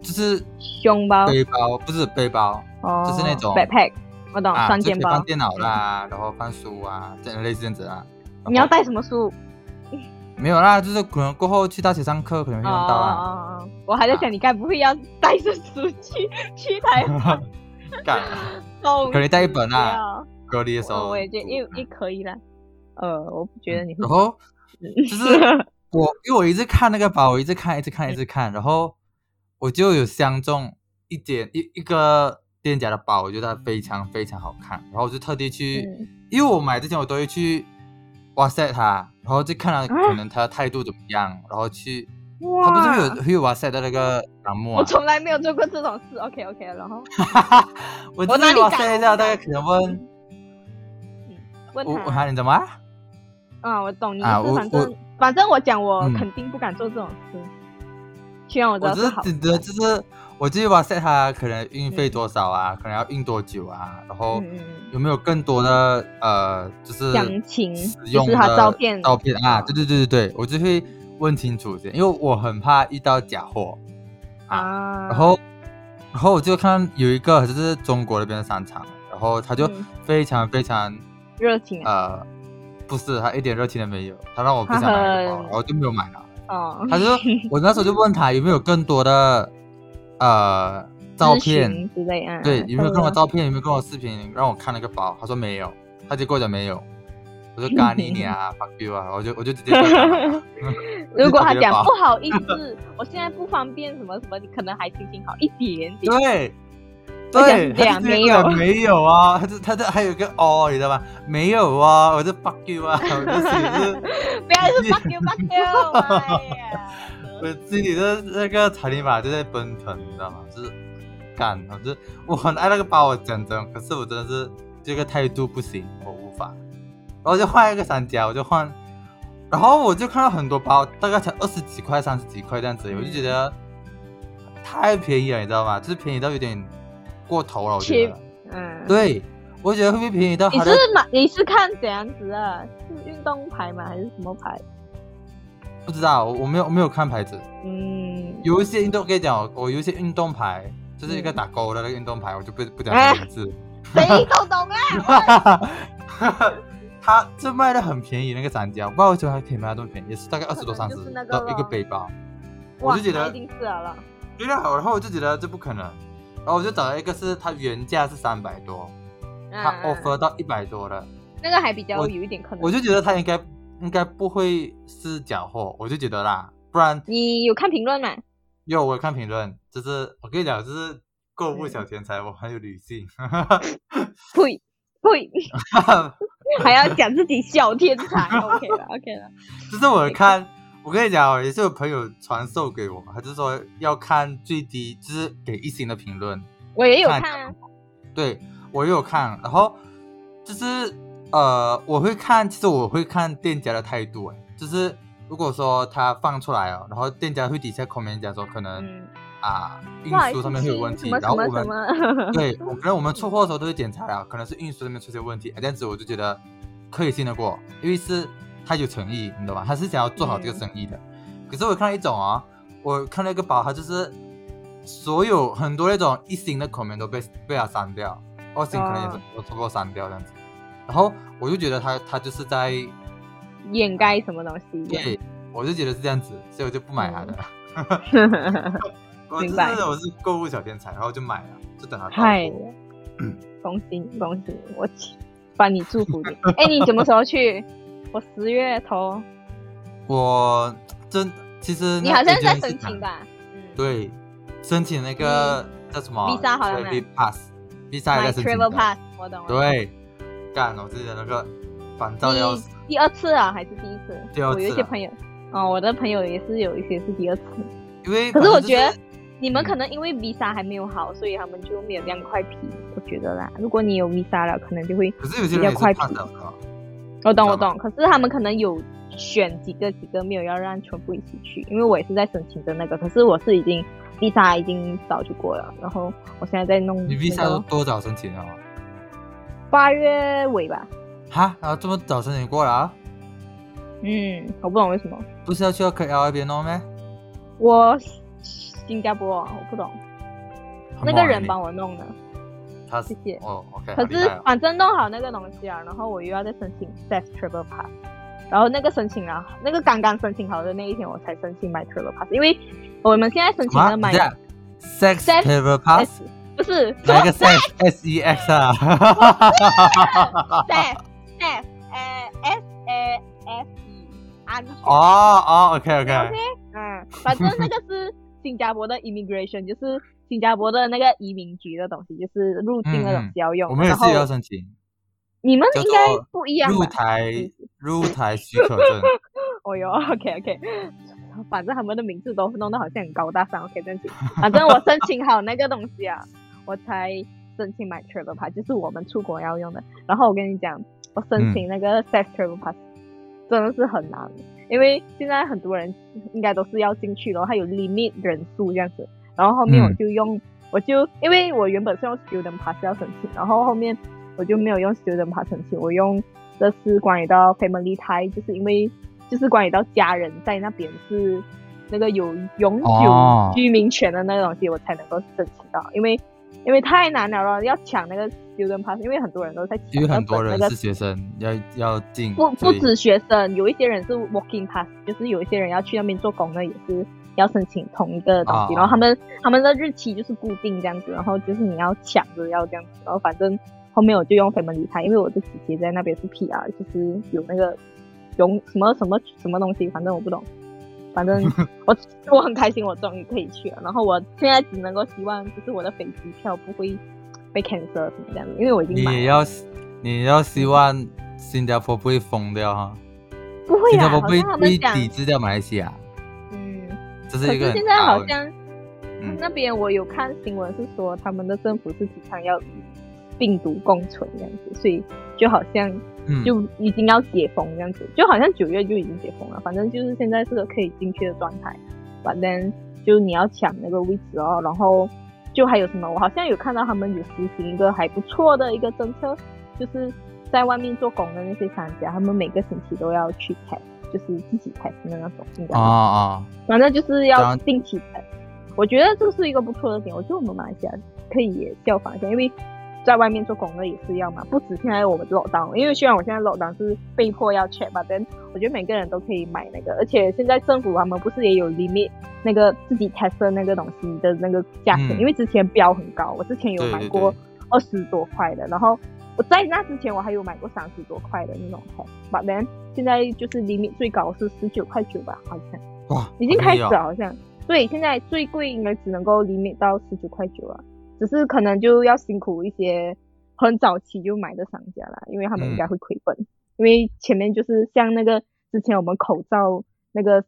就是
胸包
背包不是背包
哦，
就是那种
backpack，我懂，
啊，
双
就
肩
可以
哦包
放。电脑啦，然后放书啊，这类似这样子啊。然后
你要带什么书？
没有啦，就是可能过后去大学上课可能
哦
会用到啊。
哦哦，我还在想你该不会要带着书去 去台湾
干，
动？
可能带一本啊，
啊，
隔离的时
我
候。嗯
我也觉得也也可以啦。呃，我不觉得你会
然。后 就是我，因为我一直看那个包，我一直看，一直看，一直看，然后我就有相中一点一一个店家的包，我觉得它非常非常好看，然后我就特地去，
嗯
因为我买之前我都会去哇塞它，然后就看它
啊
可能它的态度怎么样，然后去它不是会有会有哇塞的那个栏目
我
啊，
从来没有做过这种事。OK OK，然后
我
我
我
哪里
哇
敢
塞一下，大概可能问
问
我我
他
喊，你怎么啊？
啊，我懂你
啊
意思，
我
反
我
正反正我讲我
嗯
肯定不敢做这种事，虽然我知
我
道
只
是
是
好嗯
指的就是，我就是哇塞，它可能运费多少啊，可能要运多久啊，然后
嗯嗯嗯
有没有更多的呃，就是
详情
使
就是
用
它
的
照片
照片啊，对对对对对，我就会问清楚一点，因为我很怕遇到假货。
啊。
然后，然后我就看有一个就是中国那边的商场，然后他就
嗯
非常非常、
热情啊，
呃，不是他一点热情都没有，他让我不想买那个包，
他很
然后就没有买了。
哦，
他就说我那时候就问他有没有更多的呃照
咨
片
询，之类啊，
对，有没有跟我
嗯
照片，有没有跟我视频，让我看那个包？他说没有，他就跟我讲没有。我说干你娘啊，fuck you 啊！我就我就直接关掉 了
如果他
就直接
讲
把
不好意思，我现在不方便什么什么，你可能还心情好一点点。
对。
他讲
对，
这
他
样
就直接
没
跟我讲
有
没有啊，他就他就还有一个哦，你知道吗？没有啊，我就 fuck you 啊， 我就心里是，
不要一直 fuck you fuck you，哎呀，
我心里的那个草泥马就在奔腾，你知道吗？就是干，我就我很爱那个包，我讲真，可是我真的是这个态度不行，我无法。然后就换一个商家，我就换，然后我就看到很多包，大概才二十几块、三十几块这样子，我就觉
嗯
得太便宜了，你知道吗？就是便宜到有点过头了，我觉
Cheap
得。
嗯，
对，我觉得会不会便宜到
你
它
是
的？
买你是看怎样子啊？是运动牌吗？还是什么牌？
不知道，我我没有我没有看牌子。
嗯，
有一些运动，我跟你讲，我我有一些运动牌，就是一个
嗯
打勾的那个运动牌，我就不不讲
哎
名字。
谁都懂啊。
它这卖的很便宜，那个商家，不知道为什么还可以卖到这么便宜，也是大概二十多
可能
三
就
十
是那个
的一个
咯
背包。 我
哇，
就觉
那
得
一定是了啦。
对啊，然后我就觉得这不可能，然后我就找了一个是它原价是三百多，它
嗯
offer 到一百多的，
那个还比较
我
有一点可能。
我就觉得它应该应该不会是假货，我就觉得啦，不然
你有看评论吗？
因为我有看评论，就是我跟你讲，就是购物小天才，我很有理性，
呸呸， 还要讲自己小天才。OK 了 OK 了，
就是我看，我跟你讲哦，也是有朋友传授给我，他就说要看最低，就是给一星的评论。
我也有
看
看啊。
对我也有看，然后就是呃，我会看，其实我会看店家的态度，哎，就是如果说他放出来哦，然后店家会底下 comment 讲说可能、
嗯，
啊运
不好意
输
思
上面会有问
什
题，
么什
然后我
么
们
什 么。
对，我可能我们出货的时候都会检查了，可能是运输那边出现问题，哎这样子我就觉得可以信得过，因为是他有诚意，你懂吗？他是想要做好
嗯
这个生意的。可是我看到一种啊、我看到一个包，它就是所有很多那种一星的 comment 都被被他删掉，二星可能也是
啊
我差不多删掉这样子。然后我就觉得他他就是在，
嗯掩盖什么东西一样。
对，我就觉得是这样子，所以我就不买他的。
嗯
我就
明
是
白
我是购物小天才，然后就买了，就等他到
嗨
货。，
恭喜你，恭喜你！我起帮你祝 福你。哎，你什么时候去？我十月头，
我真其实
你
那
好像
一
在
件事
申
情
请吧？嗯
对，申请那个、叫什么
Visa 好像没
Travel Pass，Visa 还
，My
在申请
Travel
的。
Pass，我懂了。
对，干我自己的那个烦躁要
你
死。
第二次啊，还是第一次？
第二次啊
我有一些朋友，哦，我的朋友也是有一些是第二次。
因为
可是我
哦反正就
觉得你们可能因为 visa 还没有好，所以他们就没有这样快批。我觉得啦，如果你有 visa 了，可能就会。
可是有些
比较
人也
快
是怕的，啊
我懂，
知道
我懂。可是他们可能有选几个几个，没有要让全部一起去，因为我也是在申请的那个，可是我是已经 visa 已经早就过了，然后我现在在弄
你
那
Visa 都
个
多早申请啊？
八月尾吧。
哈，然后这么早申请过了、啊，
嗯，我不懂为什么
不是要去到 KL 那边弄
嗯
咩？
我新加坡啊，我不懂那个人帮
我，
我弄的。
他
谢谢
哦，OK，好
可
厉
是
害哦
反正弄好那个东西啊，然后我又要再申请 Safe Travel Pass，然后那个申请啊，那个刚刚申请好的那一天我才申请 My Travel Pass，因为我们现在申请
啊
的
等
My
一下 Sex
Sex-
Table Pass，
不是什
哪
么
一个 Sex S E X 啊？
Safe Safe 呃 S A F E 安全
哦哦，OK
OK，
OK，
嗯，反正那个 是新加坡的 Immigration，就是新加坡的那个移民局的东西，就是入境的东西要用。
嗯我们也
然后
是要申请
你们
叫
应该
做
不一样
入
吧？
台
嗯
入台许可 证。
哦哟，OK OK，反正他们的名字都弄得好像很高大上，OK，这样子。反正我申请好那个东西啊，我才申请 my travel pass，就是我们出国要用的。然后我跟你讲，我申请那个 safe travel pass、真的是很难，因为现在很多人应该都是要进去咯，它有 limit 人数这样子。然后后面我
嗯
就用，我就因为我原本是用 student pass 要申请，然后后面我就没有用 student pass 申请，我用这是关于到 family tie，就是因为就是关于到家人在那边是那个有永
哦
久居民权的那个东西，我才能够申请到，因为因为太难了咯，要抢那个 student pass，因为很多人都在抢，
因为很多
要
人
等那个。
是学生，要要进，
不
所
不
以
止学生，有一些人是 working pass，就是有一些人要去那边做工的，也是要申请同一个东西，
啊
然后他们他们的日期就是固定这样子，然后就是你要抢着要这样子，然后反正后面我就用 family 因为我的姐姐在那边是 PR，就是有那个永什么什么什么东西，反正我不懂，反 正我我很开心，我终于可以去了，然后我现在只能够希望就是我的飞机票不会被 cancel 什么这样子，因为我已经
你
买啊了，
也要你要希望新加坡不会疯掉哈，
不会
新
啊，
加坡
好
不会
像他们
会
讲，
抵制掉马来西亚，
嗯。
这
可
是一个
是
很
现在
大的
好
问题
像
嗯
那边我有看新闻是说，他们的政府是提倡要与病毒共存这样子，所以就好像
嗯
就已经要解封这样子，就好像九月就已经解封了，反正就是现在是个可以进去的状态，反正就你要抢那个位置哦，然后就还有什么，我好像有看到他们有实行一个还不错的一个政策，就是在外面做工的那些商家，他们每个星期都要去 test，就是自己 test 的那种，应该是
哦哦，
反正就是
然
要
后
定期的。我觉得这是一个不错的点，我觉得我们马来西亚可以也效仿一下，因为在外面做工的也是要嘛，不止现在我们 lockdown，因为虽然我现在 lockdown 是被迫要 check 吧，但我觉得每个人都可以买那个，而且现在政府他们不是也有 limit 那个自己 test 的那个东西的那个价钱，
嗯
因为之前标很高，我之前有
对
买
对
过
对
二十多块的，然后我在那之前我还有买过三十多块的那种 test，but then 现在就是 limit 最高是十九块九吧，好像。
哇，
已经
好
开
厉
始
害哦
了，好像。对，现在最贵应该只能够 limit 到十九块九啊，只是可能就要辛苦一些很早期就买的商家啦，因为他们
嗯
应该会亏本，因为前面就是像那个之前我们口罩那个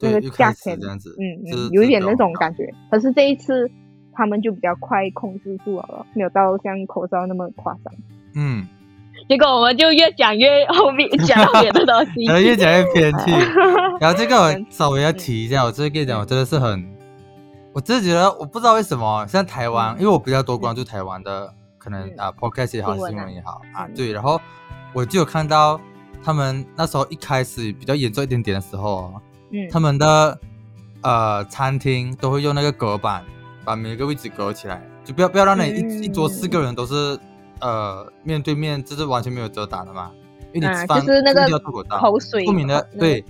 那
对，
个
一
价
开始
钱
这，样子，
嗯
就是
嗯，有一点
这
那种感觉。可是这一次他们就比较快控制住了咯，没有到像口罩那么夸张。
嗯，
结果我们就越讲越后面， 讲到别的东西
然。后越讲越 偏去。然后这个我
嗯
稍微要提一下，我这跟你讲，我真的是很，我真的觉得我不知道为什么，像台湾，
嗯
因为我比较多关注台湾的，可能
嗯
啊 podcast 也好，
新闻啊
新闻也好啊，
嗯
对，然后我就有看到他们那时候一开始比较严重一点点的时候哦，
嗯
他们的呃餐厅都会用那个隔板把每个位置隔起来，就不要不要让你一、
嗯
一桌四个人都是呃面对面，就是完全没有遮挡的嘛，因为你
啊
吃饭、
就是那个
一定要吐口罩
口水嗯
透明的，
那个
对，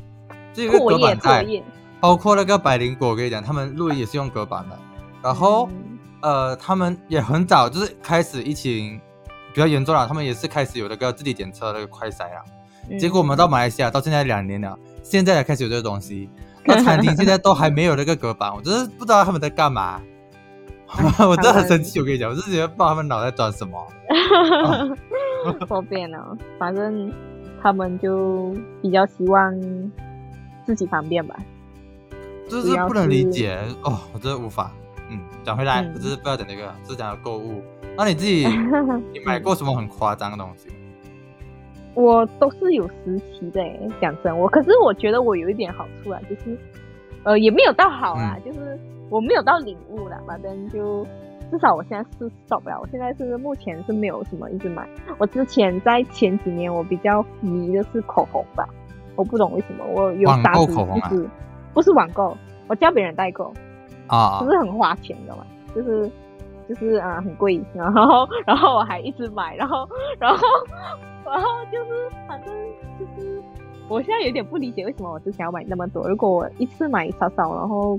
这个
阔
隔
叶
板
阔
在，
叶，
包括那个百灵果，我跟你讲，他们录音也是用隔板的，然后、
嗯
呃他们也很早就是开始疫情比较严重了，他们也是开始有那个自己检测那个快筛啊。
嗯
结果我们到马来西亚到现在两年了，现在才开始有这个东西，那餐厅现在都还没有那个隔板，我真是不知道他们在干 嘛。 我真的很生气，我跟你讲，我是觉得不知道他们脑袋装什么。
多变了，反正他们就比较希望自己方便吧。
就是不能理解哦，我真的无法。嗯，讲回来，
嗯
我就是不要讲这个，是讲购物。那你 自己，你买过什么很夸张的东西？
我都是有实习的诶，讲真，我可是我觉得我有一点好处啊，就是呃也没有到好啦，就是我没有到领悟啦，反正就至少我现在是 stop 了，我现在是目前是没有什么一直买。我之前在前几年我比较迷的是口红吧，我不懂为什么我有
网
啥
购
子
口红啊
就是不是网购，我叫别人代购。
啊
不，是很花钱的嘛，就是就是啊、呃很贵，然后然后我还一直买，然后然后 然后就是反正就是我现在有点不理解为什么我之前要买那么多，如果我一次买少少，然后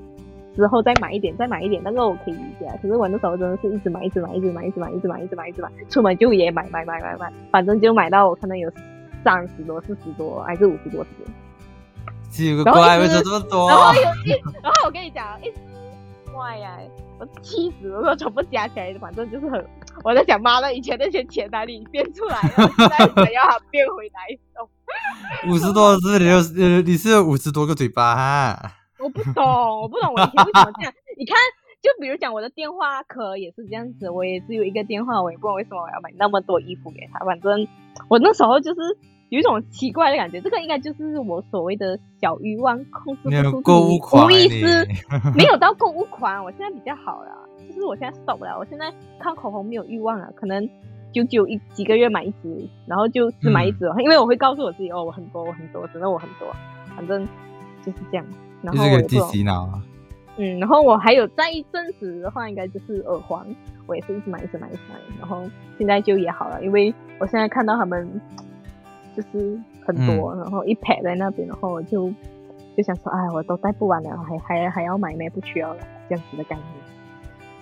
之后再买一点再买一点，那个我可以理解，啊可是我那时候真的是一直买一直买一直买一直买一直买一直买一直买，出门就也买买买买买，反正就买到我可能有三十多四十多还是五十多次。
奇
然后
怪，
一
为
直
什么这么多
然？后有一，然后我跟你讲，一哇呀，我气死了！我全部加起来，反正就是很，我在想，妈的，以前那些钱哪里变出来的？现在想要它变回来， 哦
五十多是你有你是五十多个嘴巴哈？
我不懂，我不懂，我以前为什么这样？你看，就比如讲我的电话壳也是这样子，我也只有一个电话，我也不懂为什么我要买那么多衣服给他。反正我那时候就是有一种奇怪的感觉，这个应该就是我所谓的小欲望控制
你有
不住
购物狂
无
啊
意
你
识。没有到购物狂，我现在比较好了，就是我现在 stop 了，我现在看口红没有欲望了，可能久久一几个月买一支，然后就只买一支哦，因为我会告诉我自己哦，我很多，我很多，真的我很多，反正就是这样。然
就
后
是
我
给
也
自
不
己
懂，
洗脑啊。
嗯，然后我还有在一阵子的话，应该就是耳环，我也是一直买，一直买，一直买，然后现在就也好了，因为我现在看到他们就是很多，
嗯
然后一排在那边，然后我就就想说，哎，我都戴不完了，还还还要买咩？不需要了，这样子的概念。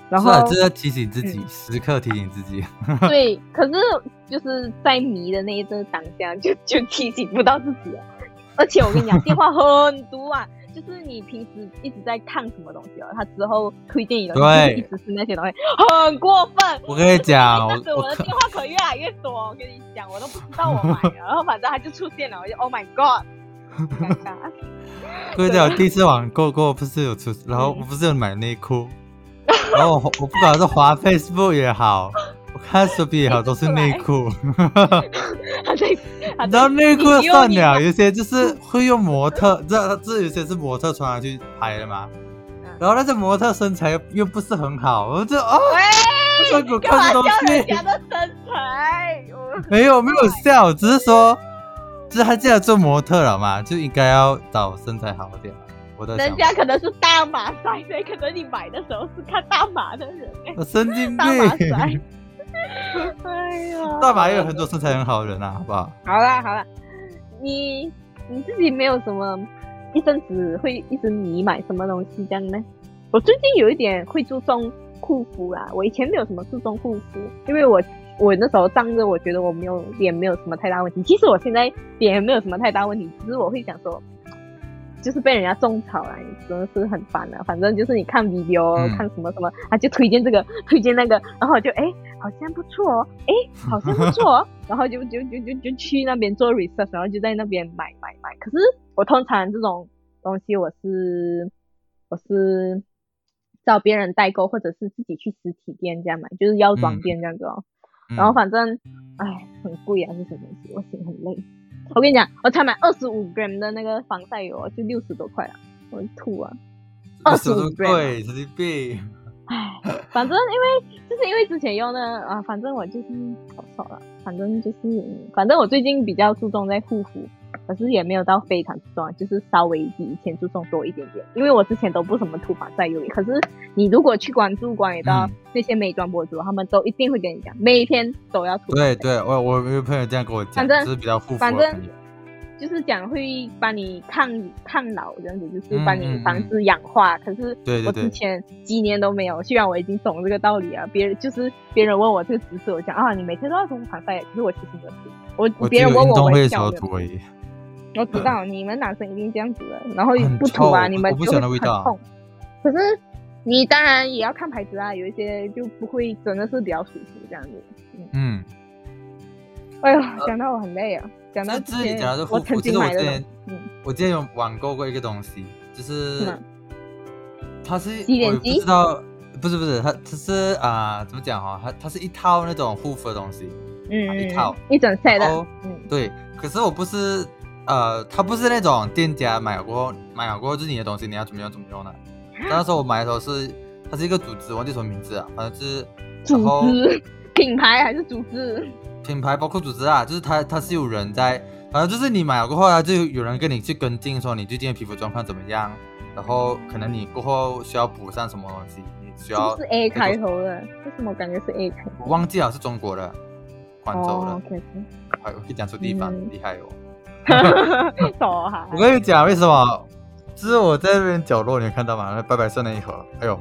然
是
后、嗯
啊，这要提醒自己，时刻提醒自己。
对，可是就是在迷的那一阵当下，就就提醒不到自己了。而且我跟你讲，电话很毒啊，就是你平时一直在看什么东西哦，他之后推荐你的东西，
对
一直是那些东西，啊很过分。
我跟你讲， 我
但是我的
我
电话可越来越多，我跟你讲，我都不知道我买了，然后反正它就出现了，我就 Oh my God，尴尬。
跟你讲，我第一次网购过不是有出，然后我不是有买内裤，
嗯
然后我我不管是滑 Facebook 也好，我看 s h o p e 也好，都是 内裤。
他在，他
你知道
在
内裤算
你
了，有些就是会用模特，这这有些是模特穿上去拍的嘛。
嗯
然后那些模特身材又又不是很好，我就哦，
喂，
这个
干嘛
看这东
叫人
西
家的身材？ 我
没有没有笑，只是说，就是他既然做模特了嘛，就应该要找身材好一点。我的
人
想
家
法，
可能是大码塞的，可能你买的时候是看大码的人，哎
我神经
大哦码
病。
塞。 哎呀，
大马也有很多身材很好的人啊，好不好？
好啦好啦，你你自己没有什么一阵子会一直迷买什么东西这样呢？我最近有一点会注重护肤啦，我以前没有什么注重护肤，因为我我那时候仗着我觉得我没有脸没有什么太大问题，其实我现在脸没有什么太大问题，只是我会想说。就是被人家种草啦，你真的是很烦啊。反正就是你看 video，、
嗯
看什么什么，他就推荐这个，推荐那个，然后我就哎，好像不错哦，哎，好像不错哦， 然后就就就就就去那边做 research，然后就在那边买买买。可是我通常这种东西，我是我是找别人代购，或者是自己去实体店这样买，就是药妆
嗯
店这样子哦。
嗯
然后反正哎，很贵啊，这些东西，我心很累。我跟你讲，我才买二十五 gram 的那个防晒油哦，就六十多块啊，我吐啊！
为什么这么
25
贵，神经病。
唉，反正因为就是因为之前用的啊，反正我就是好少了，反正就是嗯反正我最近比较注重在护肤，可是也没有到非常注重，就是稍微比以前注重多一点点。因为我之前都不怎么涂防晒油，可是你如果去关注、关于到
嗯
那些美妆博主，他们都一定会跟你讲，每一天都要涂。
对对，我我有朋友这样跟我讲，
反正
就是比较护肤的
反正
朋友。
就是讲会把你抗抗老这样子，就是
嗯
把你
嗯
防
嗯
止氧化。可是
对对
我
对
之前几年都没有，虽然我已经懂这个道理了，别人就是别人问我这个知识，我讲啊，你每天都要涂防晒，可是我其实没有涂。我
我
别
只有
人问
运
我，
动
我
会
也
的时
笑
候
的。
涂而已。嗯
我知道你们男生一定这样子的，然后
很
不涂啊，
臭
你们
我不
就
喜
会
欢那味
很
道
痛。可是你当然也要看牌子啊，有一些就不会真的是比较舒服这样子。
嗯，
哎呦，
呃
讲到我很累啊，讲到
这
之
这里
前
讲到这护
我
肤，
曾
其
经
实我
买
之
的
前
东西，嗯，
我之前有网购过一个东西，就是
是吗
它是
洗脸
我也不
机
知道，不是不是，它它是啊、怎么讲哈、它它是一套那种护肤的东西，
嗯，
一套
一整 set 的
然后，
嗯
对，可是我不是呃，它不是那种店家买过后买了过后就是你的东西，你要怎么用怎么用的。但那时候我买的时候是它是一个组织，忘记什么名字了，反正是然
组
后
织品牌还是组织，
品牌包括组织啊，就是它它是有人在，反正就是你买了过后啊，就有人跟你去跟进，说你最近的皮肤状况怎么样，然后可能你过后需要补上什么东西，你需
是
要
不是 A
那个
开头的？为什么我感觉是 A 开头？
我忘记了是中国的，广州
哦
的，
，OK，
哎、我可以讲出地方，
嗯
厉害哦。
手哈
我，跟你讲，为什么？就是我在那边角落，你有看到吗？那白白色那一盒，哎 呦，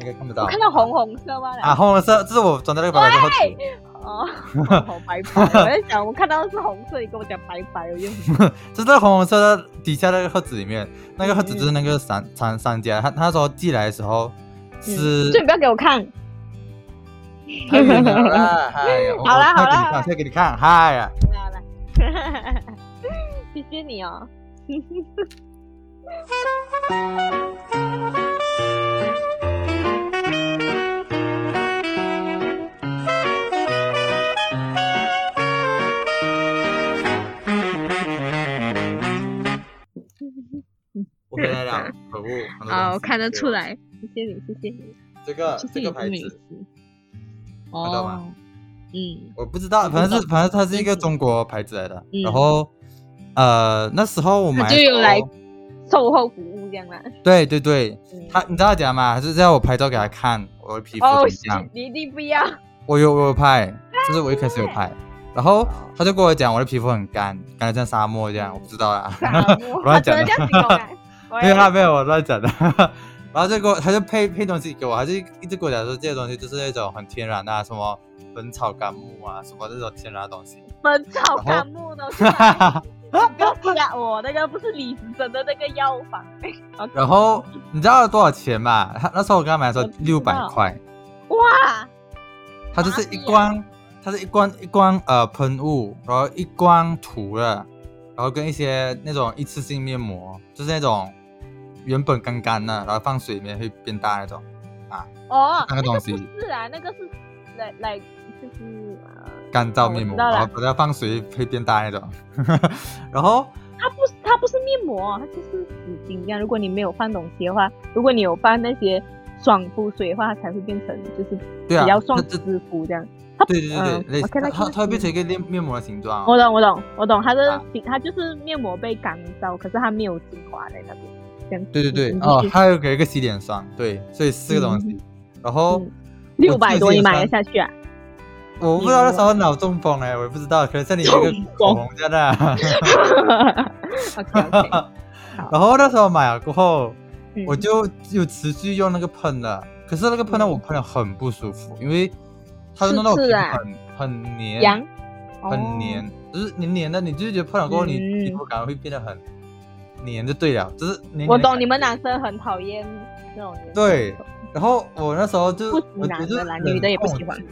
应该看不到
我看到红红色吗？
啊，红色，这是我装在那个白白色盒子里。
哦， 好白白，我在想，我看到的是红色，你跟我讲白白，我就
就是在红红色的底下那个盒子里面，那个盒子就是那个商商商家，他他说寄来的时候是
所以，不要给我 看。
太远了啦，哎呀，我
好啦好啦好啦
我现在给你看，现在给你看，嗨呀，
来来来，谢谢你哦。
我回来了，可恶，很多东西
啊，我看得出，来，谢谢你，谢谢你，
这个
谢谢
这
你
个
的
牌
美
子
食。。
看到
哦
吗，
嗯，
我不知道，
我不
反正
知
是反正它是一个中国牌子来的，
嗯
然后呃那时候我
他
买
就
的时
有来
候
售后服务这样啦。
对对对，
嗯
他你知道他讲嘛，他就是要我拍照给他看我的皮肤怎
哦
么样，，
你一定不 要。
我有我有
啊
拍，就是我一开始有拍，然后他就跟我讲我的皮肤很干，感觉像沙漠
嗯
一样，我不知 道啦，
我
乱讲的
的这样子讲啊。
没有啦
喂
没有我乱讲的， 然后就给我他就配配东西给我，他就一直跟我讲说这些东西就是那种很天然的、啊，什么本草纲目啊，什么这种天然的东西，
本草纲目都是来的。 你不要吓我，那个不是李时珍的那个药房。OK
然后你知道多少钱吗？他那时候我跟他买的时
我
候
不知
六
道
百块，
哇，
它就是一罐，它是一罐一罐呃喷雾，然后一罐涂了，然后跟一些那种一次性面膜，就是那种原本干干的，然后放水里面会变大那种，
哦，
那个东西
不是啊，那个是来来就是呃，
干燥面
哦我知
膜，
道了
然后把它放水会变大 那种，然后
它不是它不是面膜，它就是纸巾一样。如果你没有放东西的话，如果你有放那些爽肤水的话，它才会变成就是
对啊，
比较爽
它这
肌肤这样。
对对对
嗯
对，类似
我看到
它
看
它会变
嗯
成一个面面膜的形状
我
哦，
懂，我懂，我懂，它的
啊
形它就是面膜被干燥，可是它没有精华在那边。这样子
对对对
你继续
哦，还有给一个洗脸霜，对，所以四个东西，然后。
嗯六百多
我记得是
你
有
买得
三
下去 啊？
我不知道那时候脑中风哎、我也不知道，可能像你有
中
一个
风
口红在那。
OK OK，
然后那时候买了过后，我
嗯
就有持续用那个喷的，可是那个喷呢，
嗯
我喷的很不舒服，因为它弄到我
刺刺
皮肤
的啊
很很黏，
羊哦
很黏，就是黏黏的，你就是觉得喷了过后，你
嗯
皮肤感会变得很黏就对了，就是黏黏的
我懂
感
你们
觉
男生很讨厌那种人。
对，然后我那时候就
不止
我我
男
就
的啦
忍
女的也不
痛
喜欢
去。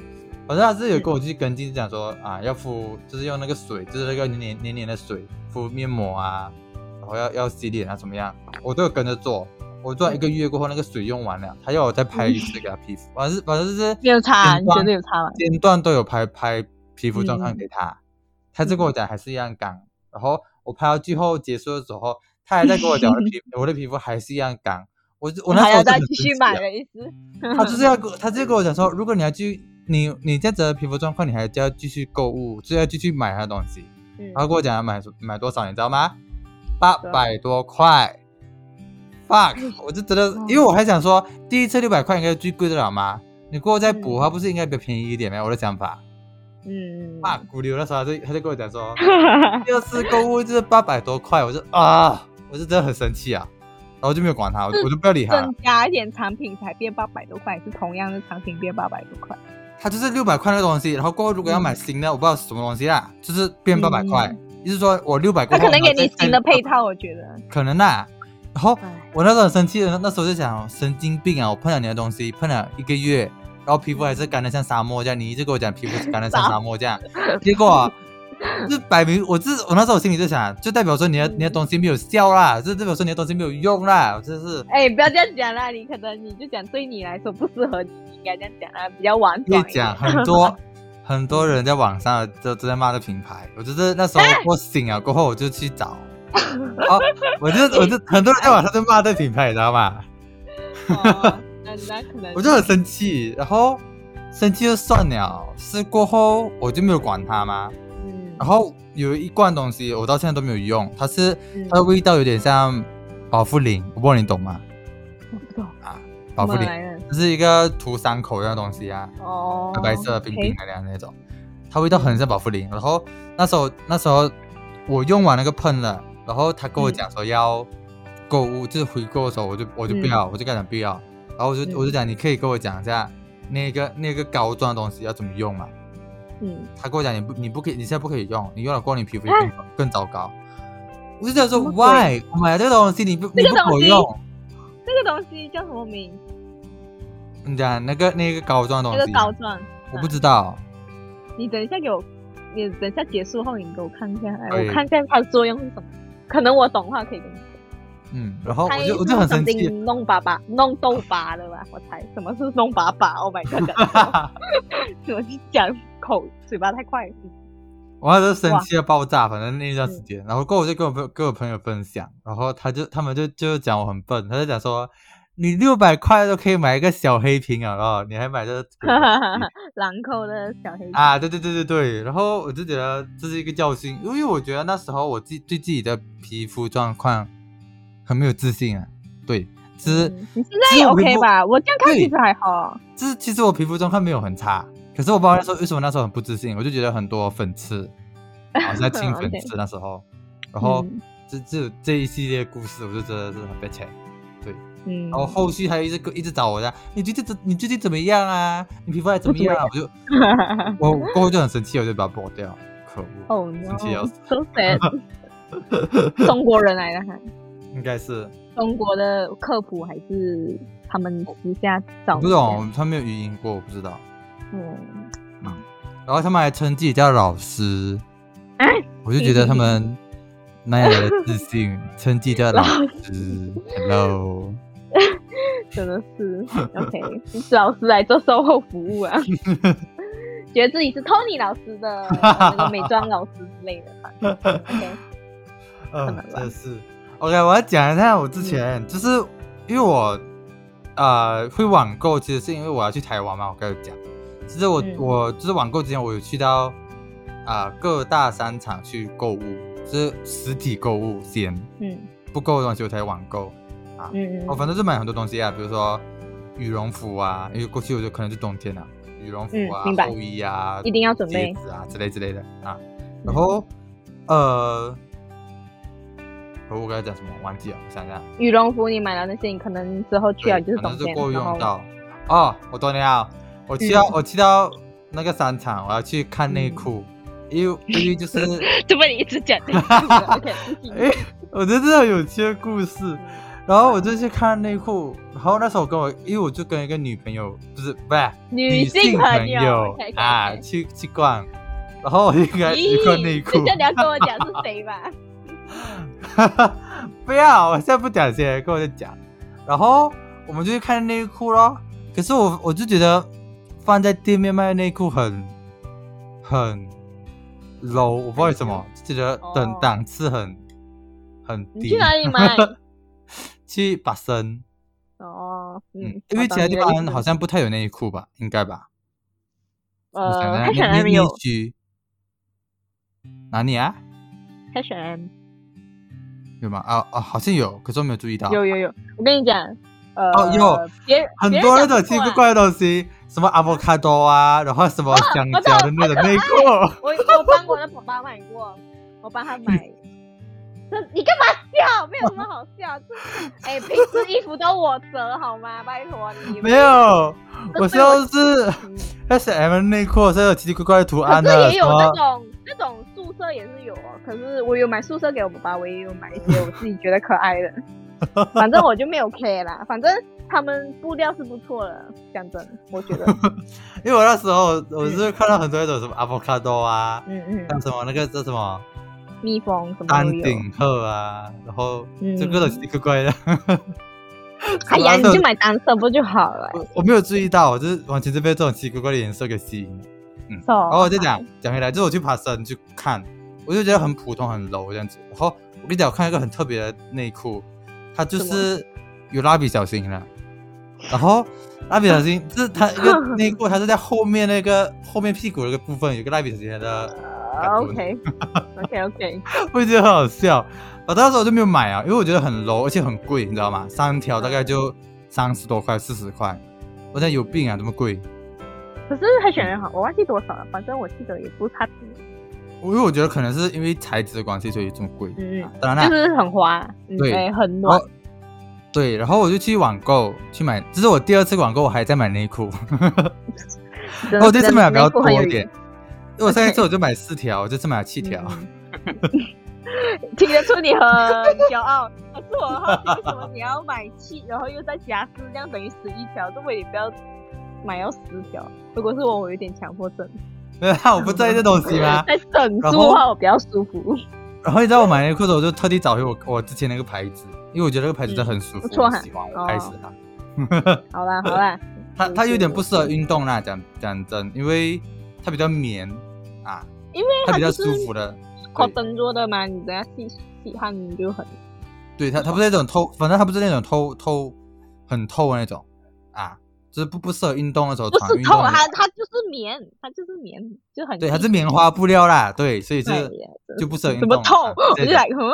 嗯
反正他是有啊跟我去跟进讲说啊，要敷就是用那个水，就是那个黏黏黏黏的水敷面膜啊，然后要要洗脸啊，怎么样？我都有跟着做。我
嗯
做了一个月过后，那个水用完了，他要我再拍一 次给他皮肤，反正反正就是
没有差，啊
间
你
断
觉得有差吗？
间断都有拍拍皮肤状况给他，他就跟我讲还是一样干。然后我拍到最后结束的时候，他还在跟我讲我的皮 我的皮肤还是一样干，我就我那
还
时候
要
真的
再
很
继
生
续
气
买
啊
的意思？
他就是要跟我他就跟我讲说，如果你要去你你这样子的皮肤状况，你还就要继续购物，就要继续买他的东西。
嗯
然后跟我讲要买买多少，你知道吗？八百多块。fuck！我就觉得，因为我还想说，第一次六百块应该是最贵的了嘛，你过后再补的话，不是应该比较便宜一点吗？我的想法。
嗯，
啊，骨流的时候，他就他就跟我讲说，第二次购物就是八百多块，我就啊，我就真的很生气啊，然后我就没有管他，我
是
我就不要理他，
增加一点产品才变八百多块，是同样的产品变八百多块。
他就是六百块的东西，然后过后如果要
嗯
买新的，我不知道是什么东西啦，就是变八百块，意思说我六百
他
过
可
后，
能给你
然后再
新的
再
配套，我觉得。
哦可能啦，然后
唉
我那时候很生气的，那时候就想神经病啊！我碰了你的东西，碰了一个月，然后皮肤还是干的像沙漠这样，你一直跟我讲皮肤是干的像沙漠 这样，结果就摆明我自我那时候我心里就想，就代表说你的你的东西没有效啦，就代表说你的东西没有用啦，我真是
哎、不要这样讲啦，你可能你就讲对你来说不适合你，你应该这样讲啦，比较婉
可以
转一点。
讲很多 很多人在网上都都在骂这品牌，我就是那时
哎
候我醒了过后我就去找，哦，我就我就很多人在网上就骂这品牌，你知道吗？
哦 那那可能
我就很生气，然后生气就算了，是过后我就没有管它嘛。
嗯
然后有一罐东西我到现在都没有用，它是
嗯
它的味道有点像宝富林，我不知道你懂吗？
我不懂
宝富
怎么
林
来的
这是一个涂伤口的东西啊，
哦，
白白色的冰冰
OK
凉凉的那种，它味道很像宝富林。然后那时候那时候我用完那个喷了，然后他
嗯
跟我讲说要购物，就是回购的时候，我就我就不要，我就跟他讲不要，然后我就、
嗯
我就讲你可以跟我讲一下那个那个膏状的东西要怎么用嘛。
嗯，
他跟我讲你不你不可以，你现在不可以用，你用了过后你皮肤就
啊
更、更糟糕。我就想说
什么鬼
，why 我买了这个东西你不你
这个
不给
东
我
西
用？
这个东西叫什么名？
你讲那个那个膏状的
那个
东西，
膏状，
我不知道。
你等一下给我，你等一下结束后你给我看一下，哎
可以
我看一下它的作用是什么。可能我懂的话可以跟你说。
嗯，然后
它
我就我就很生 气，，啊
弄粑粑，弄痘粑的吧？我猜什么是弄粑粑？Oh my god！讲 错我就讲口嘴巴太快了。
我那时候生气的爆炸，反正那一段时间，然后过后我就跟我朋友跟我朋友分享，然后他就他们就就讲我很笨，他就讲说你六百块都可以买一个小黑瓶啊，然后你还买这个
兰蔻的小黑
啊，对对对对对，然后我就觉得这是一个教训，因为我觉得那时候我自己对自己的皮肤状况很没有自信啊，对，只是、
嗯你现
其
在
实
也
我皮
OK
肤
吧？我这样看
对
其实还好啊。
就是其实我皮肤状况没有很差，可是我不知道那时候为什么那时候很不自信，我就觉得很多粉刺，好像 青粉
OK
刺那时候，然后
嗯
这这这一系列故事，我就真的是很悲惨。
嗯
然，后后续还有一直跟一直找我的，你最近怎你最近怎么样啊？你皮肤还怎么样啊？我就我我过后就很生气，我就把它剥掉，可恶，
哦
生气要死
no，so sad。中国人来的哈，
应该是
中国的科普还是他们私下
我
找
不
的
懂，他没有语音过，我不知道。
嗯，
然后他们还称自己叫老师，
哎
我就觉得他们哪里来的自信，称自己叫老师？Hello，
真的是 OK，老师来做售后服务 啊，觉得自己是 Tony 老师的那个美妆老师之类的。OK，
呃
怎么了
真是 OK。我要讲一下我之
嗯
前，就是因为我呃会网购，其实是因为我要去台湾嘛。我跟你讲，其实我、
嗯
我就是网购之前，我有去到啊、各大商场去购物，就是实体购物先，
嗯
不够的东西我才网购。哦
嗯
我反正就买很多东西啊，比如说羽绒服啊，因为过去我就可能是冬天啊，羽绒服啊、
嗯明白
厚衣啊、
一定要准备
鞋子啊之类之类的啊。
嗯
然后、呃，我刚才讲什么忘记了，我想想，
羽绒服你买了那些，你可能之后去了就是
对可
冬
能
天，
够
然后嗯
用 到。哦，我懂了，我去到、我去到那个商场，我要去看内裤，因为因为就是
这不你一直讲这个 OK，继续
哎，我觉得这有趣的故事。然后我就去看内裤，然后那时候我跟我，因为我就跟一个女朋友，不是不是
女
性
性
朋
友
啊，去去逛，然后我就给她去逛内裤
就，你要跟我讲是谁 吧？
不要，我现在不讲先，跟我再讲。然后我们就去看内裤咯，可是我我就觉得放在店面卖的内裤很很 low，我不知道为什么，就觉得等
哦
档次很很低。
你去哪里买？
去把身。
哦，
嗯
嗯，，
因为其他地
我懂你的
方
意思
好像不太有内裤吧，应该吧？我想
呃，
看
他选
内
M 有
内需哪里啊？
他选 M。
有吗？啊啊，好像有，可是我没有注意到。
有有有，我跟你讲，呃，
啊哦有
别啊
很多那种
奇
奇
怪
怪怪的东西，什么 avocado 啊，然后什么香
哦我懂
蕉的那种内裤，
我我帮我的爸爸买过，我帮他 买。这你干嘛笑？没有什么好笑。这哎、平时衣服都我折好吗？拜托你。
没 有，我是要是
嗯
S M 内裤是有奇奇怪怪的图案
可
的，
是也
啊
有
什么
那种那种宿舍也是有哦，可是我有买宿舍给我爸爸，我也有买一些我自己觉得可爱的， 反正我就没有 care 啦，反正他们布料是不错的，讲真，我 觉得，
因为我那时候我是看到很多那种什么 avocado 啊，
嗯嗯，
像什么那个叫什么
蜜蜂什么
丹
都有，
顶鹤啊，然后
嗯
就各种奇奇怪怪的。
哎呀，你
什么
就买单色不就好 了？
我我没有注意到，我就是完全是被这种奇奇怪怪的颜色给吸引了。
哎 So，
然后我就哦讲讲回来，就是我去爬山去看，我就觉得很普通很 low 这样子。然后我跟你讲，我看一个很特别的内裤，它就
什么
是有蜡笔小新了。然后蜡笔小 新就是它一个内裤，它是在后面那个后面屁股那个部分有个蜡笔小新的，
o k 呃 OK OK，
我觉得很好笑。我当时我就没有买啊，因为我觉得很 low，而且很贵，你知道吗？三
嗯
条大概就三十多块、四十块，我在有病啊，这么贵。
可是他选的好，我忘记多少了，反正我记得也不差几，
因为我觉得可能是因为材质的关系，所以这么贵。
嗯嗯，
当然啦，
就是很滑，嗯
对哦
哎，很
然
暖
后，对，然后我就去网购去买，这是我第二次网购，我还在买内裤。
真的
哦我这次买的比较
内裤
多
很有
一点，因为我上一次我就买四条，我这次买了七条。
嗯听得出你很骄傲，可是我好奇为什么你要买七，然后又再加四，这样等于十一条，这么你不要买要十条。如果是我，我有点强迫症，
对啊，我不在意这东西吗？
在整
然
数
后
的话，我比较舒服。
然后你知道我买内裤的时候，我就特地找回我我之前那个牌子，因为我觉得那个牌子真的很舒服，
不错
我
哈
喜欢，
哦
我开始它。
好啦好 啦，
它它有点不适合
嗯
运动啦，讲讲真，因为它比较绵啊，
因为
它比较
就是
舒服的。
cotton 做的嘛，你等下细细汗你就 很
对它，它不是那种透，反正它不是那种透透很透的那种啊，就是不不适合运动的时候
不
穿。
是
运
透
动
啊，
的
它它就是棉，它就是棉，就很
对，它
硬
是棉花布料啦，对，所以
对
是
呀
就不适合运
怎
动
么
啦。
透？我
对
就来，嗯，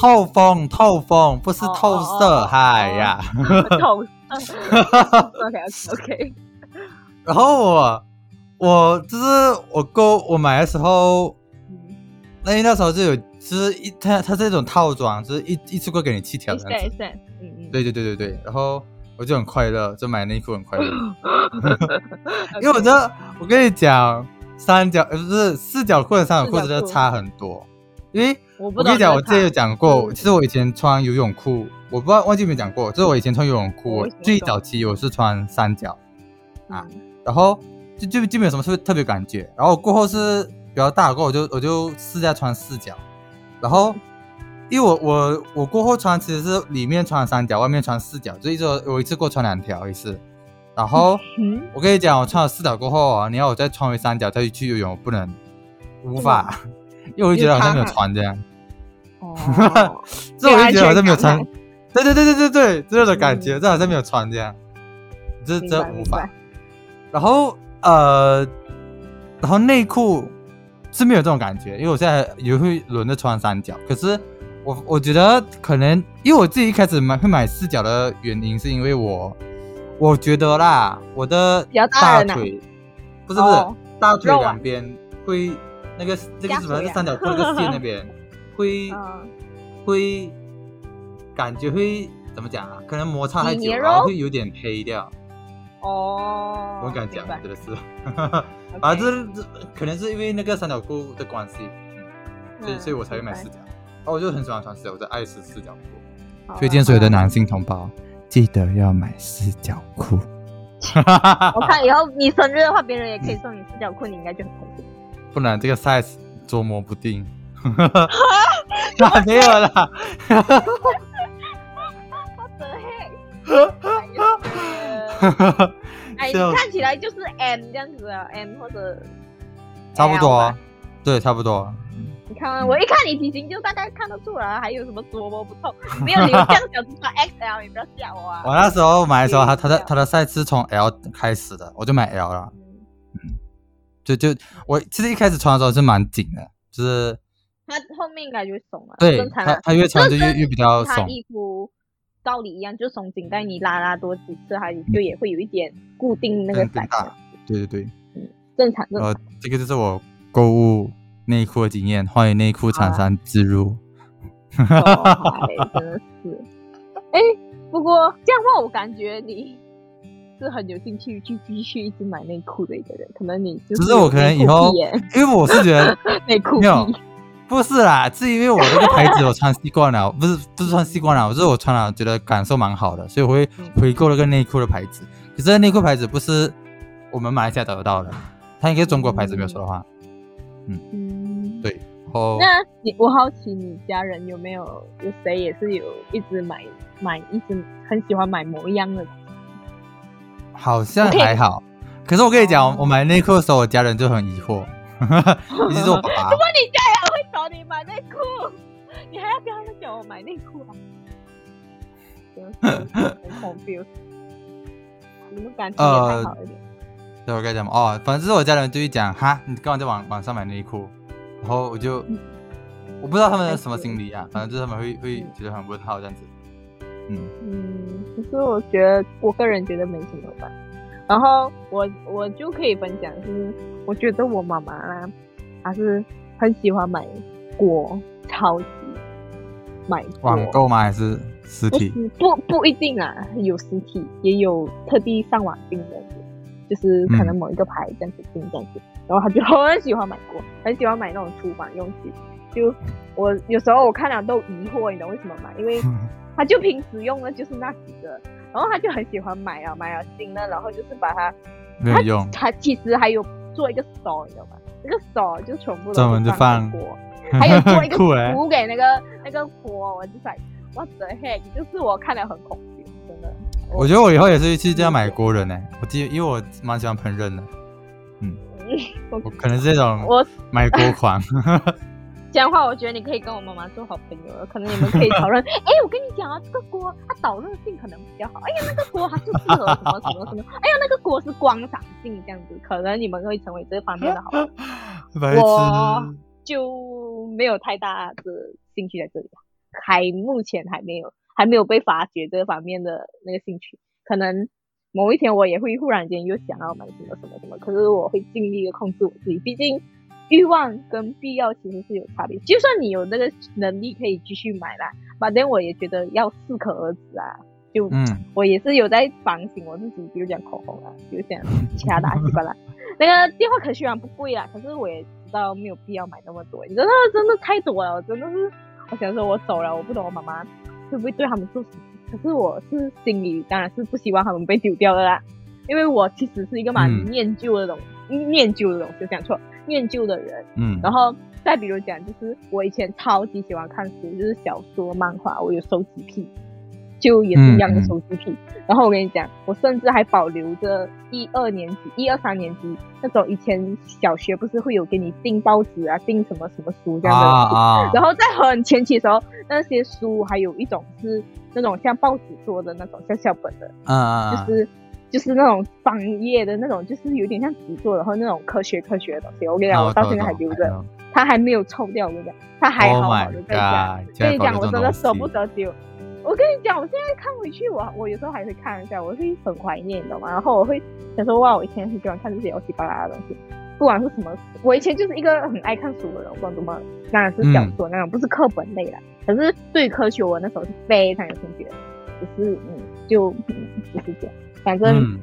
透风，透风，不是
哦
透
哦
色，
哦
嗨
哦
呀！
透。OK OK OK，
然后我我就是我购我买的时候，
嗯，
那那时候就有就是一它它这种套装，就是一一次过给你七条
一
这样
线
子
一。线，嗯嗯。
对对对对对，然后我就很快乐，就买内裤很 快乐。因为我觉得，我跟你讲，三角呃不是四角裤和三角裤真的差很多。因为
我不
我跟
懂
你讲，
这
我
个
之前有讲过，
嗯
其实我以前穿游泳裤，我不知道忘记有没有讲过，就是我以前穿游泳裤，
我
我
以前
最
懂
早期我是穿三角，
差
啊然后就就就没有什么特别特别感觉。然后过后是比较大过后，我就我就试下穿四角，然后因为我我我过后穿其实是里面穿三角，外面穿四角，就一直我一次过穿两条一次，然 后。
嗯，
我跟你讲，我穿了四角过后啊，你要我再穿回三角再去游泳，我不能，无法， 因为我就觉得好像没有穿这样，
哦，
这我就觉得好像没有穿
有安全感啊，
对对对对对对，这种感觉，
嗯
这好像没有穿这样， 这
明
这
白
无
明
法
白。
然后呃，然后内裤是没有这种感觉，因为我现在也会轮着穿三角，可是我我觉得可能因为我自己一开始买会买四角的原因，是因为我我觉得啦，我的
比较大
大
人啊
腿不是不是、
哦
大腿
肉啊
两边会那个那个
夹
什么
腿啊
是三角裤那个线 那边会、
嗯
会感觉会怎么讲啊？可能摩擦太
你
久，
你的
然后
肉
会有点黑掉。
哦，
我敢讲
明，白
真的是，
OK
反正啊这可能是因为那个三角裤的关系，所以
嗯
所以我才会买四
明
角。哦，我就很喜欢穿四角，我就爱吃四角裤。
白好
推
啦
荐所有的
好啦
男性同胞，记得要买四角裤。啊 嗯
我看以后你生日的话，别人也可以送你四角裤，你应该就很 开心。
不然这个 size 捉摸不定。 啊，没有 啦，
What the heck？哎，你
笑死
看起来就是 M 这样子啊，M 或者
差不
L
多啊
吧。，
对，差不多。啊
你看，啊我一看你体型就大概看得出来，还有什么琢磨不透？没 有，你有这样小只穿 XL，你不要吓我啊！
我那时候买的时候，它它的
对
它的 size 是从 L 开始的，我就买 L 了。
嗯
就就我其实一开始穿的时候是蛮紧的，就是
它后面应该就会松了，
对
正常
它
啊。
它越穿就
这
越
跟
越比较
他
松。
衣服，道理一样，就松紧带你拉拉多几次，它就也会有一点固定那个
嗯
感
更
觉
大，对对对，
正常正常。
呃，这个就是我购物内裤的经验，欢迎内裤厂商植入。
哎，真的是。哎，不过这样话，我感觉你是很有兴趣去继续一直买内裤的一个人，可能你就
只是我可能以后
内裤屁耶
因为我是觉得
内裤
没有
屁，
不是啦，是因为我这个牌子我穿习惯了，不是不是穿习惯了，就是我穿了觉得感受蛮好的，所以我会回购那个内裤的牌子。可是内裤牌子不是我们马来西亚找得到的，它应该是中国牌子，没有错的话。
嗯，
对，然后
那你我好奇你家人有没有有谁也是有一直买买一直很喜欢买某一样的？
好像
OK
还好。可是我跟你
哦
讲，我买内裤的时候，我家人就很疑惑， 尤其是我 爸爸。
那你家人会找你买内裤，你还要跟他们讲我买内裤 啊？真的是很 confused，你们感情也太
呃
好了一点。
对，我跟你讲嘛哦，反正是我家人就会讲哈，你干嘛在网网上买内裤？然后我就
嗯
我不知道他们
了
的
解
什么心理啊，反正就是他们会会
嗯
觉得很问号这样子。嗯，
嗯，其实我觉得我个人觉得没什么吧。然后我我就可以分享是，我觉得我妈妈啦，她是很喜欢买锅，超级买锅
网购吗？还是实
不
体？
是不不一定啊，有实体也有特地上网订的，就是可
嗯
能某一个牌这样子订这样子。然后他就很喜欢买锅，很喜欢买那种厨房用具。就我有时候我看了都疑惑，你懂为什么吗？因为他就平时用的就是那几个，然后他就很喜欢买啊买啊新的，然后就是把它
没有用，
他其实还有做一个 store，你知道吗？这个 store 就全部都
专门
是
就
放
放
火， 还有做一个
酷哎、
图给那个那个火，我就想，what the heck，就是我看了很恐惧，真的。
我觉得我以后也是去这样买锅人呢、欸我记得，因为我蛮喜欢烹饪的，嗯
我
我可能是这种
我
买锅 狂。
讲话，我觉得你可以跟我妈妈做好朋友了，可能你们可以讨 论。哎、我跟你讲啊，这个锅它导热性可能比较好。哎呀，那个锅它是适合什么什么什么。哎呀，那个锅是光赏性这样子，可能你们会成为这方面的好朋友。
白
我
痴，
就没有太大的兴趣在这里吧，还目前还没有还没有被发掘这方面的那个兴趣，可能某一天我也会忽然间又想要买什么什么什么，可是我会尽力的控制我自己，毕竟欲望跟必要其实是有差别，就算你有那个能力可以继续买啦，反正我也觉得要适可而止啊，就
嗯，
我也是有在反省我自己，比如讲口红啊，比如讲其他的啊稀巴烂。那个电话壳虽然不贵啦，可是我也知道没有必要买那么多，你知道真的太多了，我真的是，我想说我走了，我不懂我妈妈会不会对他们做什么，可是我是心里当然是不希望他们被丢掉的啦，因为我其实是一个蛮
嗯
念旧的东，念旧的东西讲错，念旧的人，
嗯，
然后再比如讲，就是我以前超级喜欢看书，就是小说、漫画，我有收集癖，就也是一样的
嗯嗯
收集癖。然后我跟你讲，我甚至还保留着一二年级、一二三年级那种以前小学不是会有给你订报纸啊、订什么什么书这样的东西。
啊啊，
然后在很前期的时候，那些书还有一种是那种像报纸做的那种小小本的，
嗯嗯，嗯
就是就是那种翻页的那种，就是有点像纸做的，然后那种科学科学的东西。我跟你
啊
讲，我
我
到
懂
现在
我
还
懂
留
我
着。
懂
他还没有抽掉，我跟你讲，他还好好
Oh
的
my
在家。
God，
跟你讲，
竟然搞
我
这种
真的舍
东西
不得丢。我跟你讲，我现在看回去，我我有时候还会看一下，我会很怀念，你懂吗？然后我会想说，哇，我以前很喜欢看这些稀巴拉的东西，不管是什么，我以前就是一个很爱看书的人，我不管怎么，当然是小说那种，不是课本类啦。可是对科学，我那时候是非常有兴趣的，只是嗯，就嗯就是这样，反正。
嗯，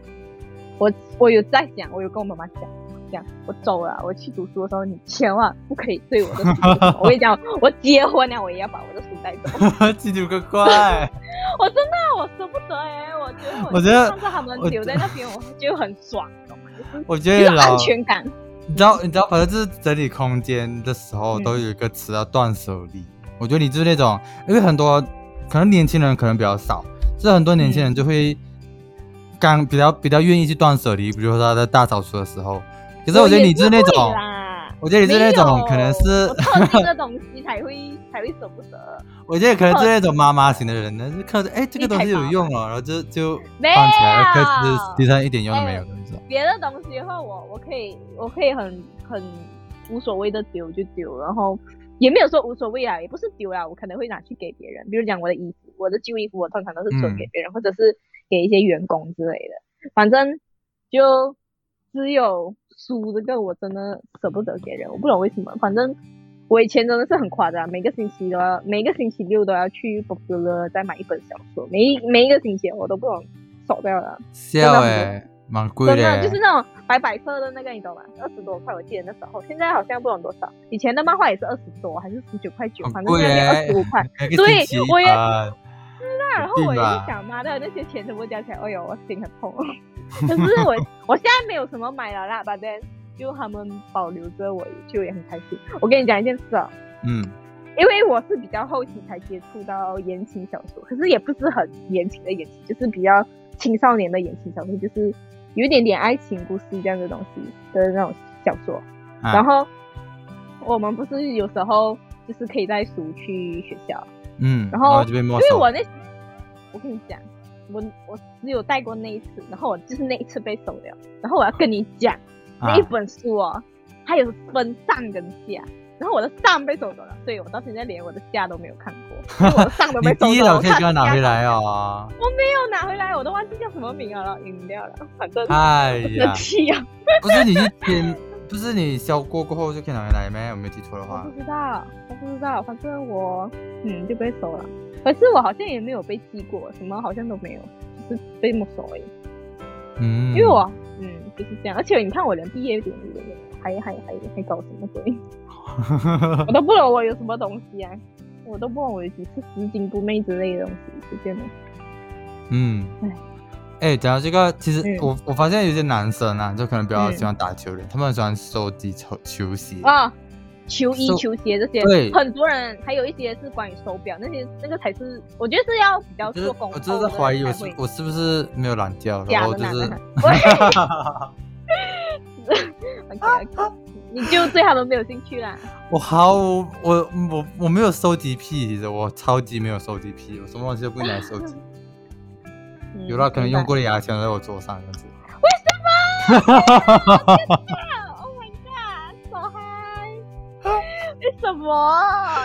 我我有在讲，我有跟我妈妈讲，讲我走了，我去读书的时候，你千万不可以对我的书有什么。我跟你讲，我结婚了，我也要把我的书带走。
奇奇怪怪，
我真的，我舍不得哎、我觉得我
我觉得
看到他们
我
留在那边，我就很爽，你懂吗？就是
我
有一
觉得
种安
老，
全感。
你知道，你知道，反正就是整理空间的时候，
嗯
都有一个词叫断舍离。我觉得你就是那种，因为很多可能年轻人可能比较少，是很多年轻
嗯
人就会刚比较比较愿意去断舍离，比如说他在大扫除的时候。可是我觉得
也
你就是那
会
种，
啦
我觉得你是那
没
种
有
可能是
我，特定的东西才会才会舍不得，
我觉得可能是那种妈妈型的人呢，就看着哎这个东西有用哦，然后就就
没
放起来，可
有
是实际上一点用都没有
哎
的那种。
别的东西的话，我我可以我可以很很无所谓的丢啊就丢，然后也没有说无所谓啊，也不是丢啦，我可能会拿去给别人，比如讲我的衣服，服，我的旧衣服我通常都是存给别人，或者是给一些员工之类的。反正就只有书这个我真的舍不得给人，我不懂为什么。反正我以前真的是很夸张，每个星期都要，每个星期六都要去 Popular 再买一本小说，每一每一个星期我都不懂少掉了。
笑哎、蛮贵
真
的
的
欸，
就是那种白白色的那个，你懂吗？二十多块，我记得那时候，现在好像不懂多少。以前的漫画也是二十多，还是十九块九，
很
反正
贵
现在
欸
二十五 块。
每个
对
星期一
我也
本
那然后我也是想，妈的，那些钱全部加起来，哎呦，我心很痛。 可是我我现在没有什么买了啦，把这就他们保留着我，就也很开心。我跟你讲一件事哦，
嗯，
因为我是比较后期才接触到言情小说，可是也不是很言情的言情，就是比较青少年的言情小说，就是有一点点爱情故事这样的东西的那种小说。
啊
然后我们不是有时候就是可以带书去学校，
嗯，
然后
就被没
因为
收
我那，我跟你讲，我我只有带过那一次，然后我就是那一次被收了，然后我要跟你讲，那一
啊
本书哦，它有分上跟下，然后我的上被收走了，所以我到现在连我的下都没有看过，因为我的上都被
你
收
第一
走了，
楼可以
我
给我拿回来
哦，
哦，
又拿回来，我都忘记叫什么名了，饮料了，反正
哎呀
生，气啊，
不是你一天，不是你消过过后就可以拿回来咩？我没有记错的
我
话
不，知道，我不知道，反正我嗯就被收了，可是我好像也没有被记过，什么好像都没有，就是被没收而已。
嗯，
因为我嗯就是这样，而且你看我连毕业典礼都没有，还还还还搞什么 鬼？我都不懂我有什么东西啊，我都不懂我有几次拾金不昧之类的东西，就这样的。
嗯，哎，讲到这个，其实
嗯
我、我发现有些男生啊，就可能比较
嗯
喜欢打球的，他们很喜欢收集球球鞋。
啊、球衣、
So-
球鞋这
对
些，很多人还有一些是关于手表，那些那个才是我觉得是要比较
就是
做功
我
课
就是
的
在
才
怀疑我是
会
我是不是没有懒觉，然
假
后
的
就
男
是
的哈。喂 ，OK OK，你就对他们没有兴趣啦。
我毫无我我我没有收集癖，其实我超级没有收集癖，我什么东西都不拿来收 集。
嗯
有啦，可能用。
明
过的牙签在我桌上这样子。
白 Oh my god，手嗨！ 为什么？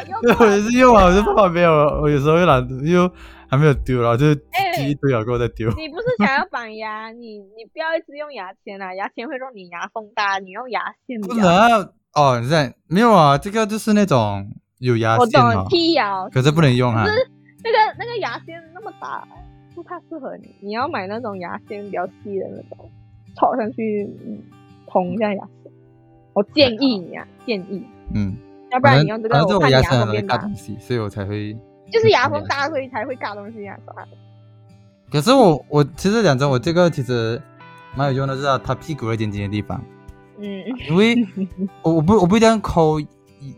又
对，我也是用啊，我就
不
怕没有，我有时候又懒，又还没有丢，然后就
哎
积一堆了，过后再 丢。
你不是想要绑牙， 你你不要一直用牙签啊，牙签会让你牙缝大，你用牙线比
不
较
能啊哦，你在没有啊？这个就是那种有牙
我
线啊
懂，剔牙，
可是不能用啊
可。是那个那个牙线那么大，不太适合你，你要买那种牙线比较细的那种，套上去嗯捅一下牙齿。我建议你啊，建议，
嗯，
要不
反
然
正
你用这
反
个，我
正我
看你
牙
牙
签很
缝
容易
变
大
大
东，西，所以我才会。
就是牙缝大所以才会嘎东西啊，
可是我我其实讲真，我这个其实蛮有用的，是啊，它屁股会尖尖的地方，
嗯，
因为我我不我不一定抠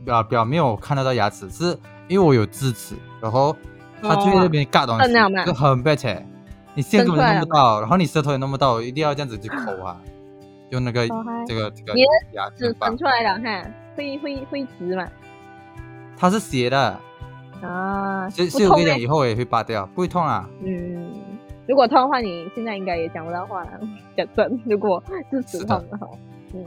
啊表面我看得到牙齿，是因为我有智齿，然后它就在那边嘎东西
哦，真的吗
就很被切，你线根本就弄
伸
不到，然后你舌头也弄不到，一定要这样子去抠啊，用那个
哦好嗨
这个这个
你
牙
只
齿吧
伸，出来了哈，会会会直嘛，
它是斜的，
啊，
所以
不
所以
痛
我跟你
欸
讲，以后我也会拔掉，不会痛啊。
嗯，如果痛的话，你现在应该也讲不到话 了。讲真，如果是止
是的
痛的话，嗯，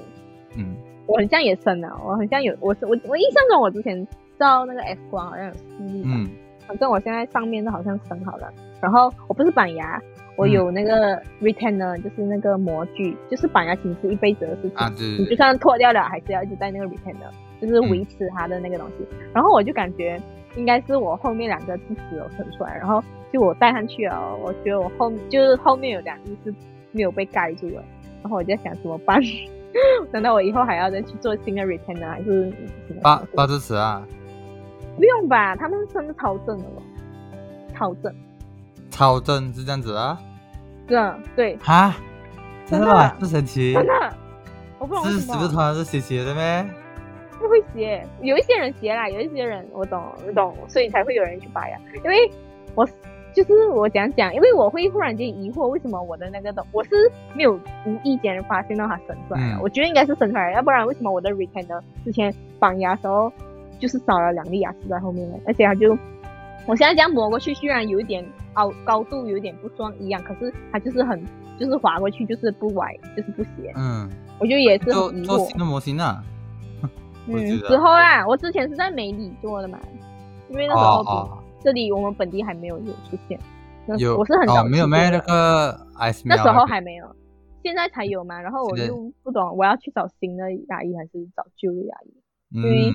嗯，
我很像也生了，我很像有，我是我我印象中我之前照那个 X 光好像有视力吧，
嗯，
反正我现在上面都好像生好了。然后我不是板牙，
嗯
我有那个 retainer，、就是那个模具，就是板牙其实是一辈子的事情。
啊对
你
对
就
对，
算脱掉了，还是要一直戴那个 retainer，就是
嗯
维持它的那个东西。然后我就感觉应该是我后面两个智齿有伸出来，然后就我戴上去了，我觉得我后就是后面有两粒是没有被盖住的，然后我就在想怎么办？ 难道我以后还要再去做新的 retainer，还是什么
拔拔智齿啊，
不用吧？他们是真的超正的了，超正，
超正是这样子啊。
真的对，
哈，
真
真的
的
吗？这么神奇
真，的，我不懂为
是
什
是不是
么。
团是斜斜的咩？
不会斜，有一些人斜啦，有一些人我懂，我懂，所以才会有人去拔牙。因为我就是我讲讲，因为我会忽然间疑惑，为什么我的那个东，我是没有无意间发现到它生出来了，
嗯
我觉得应该是生出来了，要不然为什么我的 retainer 之前绑牙的时候就是少了两粒牙齿在后面呢？而且它就我现在这样磨过去，虽然有一点凹高度有点不算一样，可是它就是很就是滑过去就是不歪，就是不斜，
嗯，
我觉得也是
做
很疑
做
惑。
新的模型啊。
嗯
我
啊
记，得
之后啦，我之前是在美里做的嘛，因为那时候
哦，
这里我们本地还没有有出现。那
有
我是很早
哦，没有
期过
卖那
的
个 ice
那
milk
时候
那个
还没有，现在才有嘛。然后我
啊现在
就不懂，我要去找新的牙医还是找旧的牙医？因为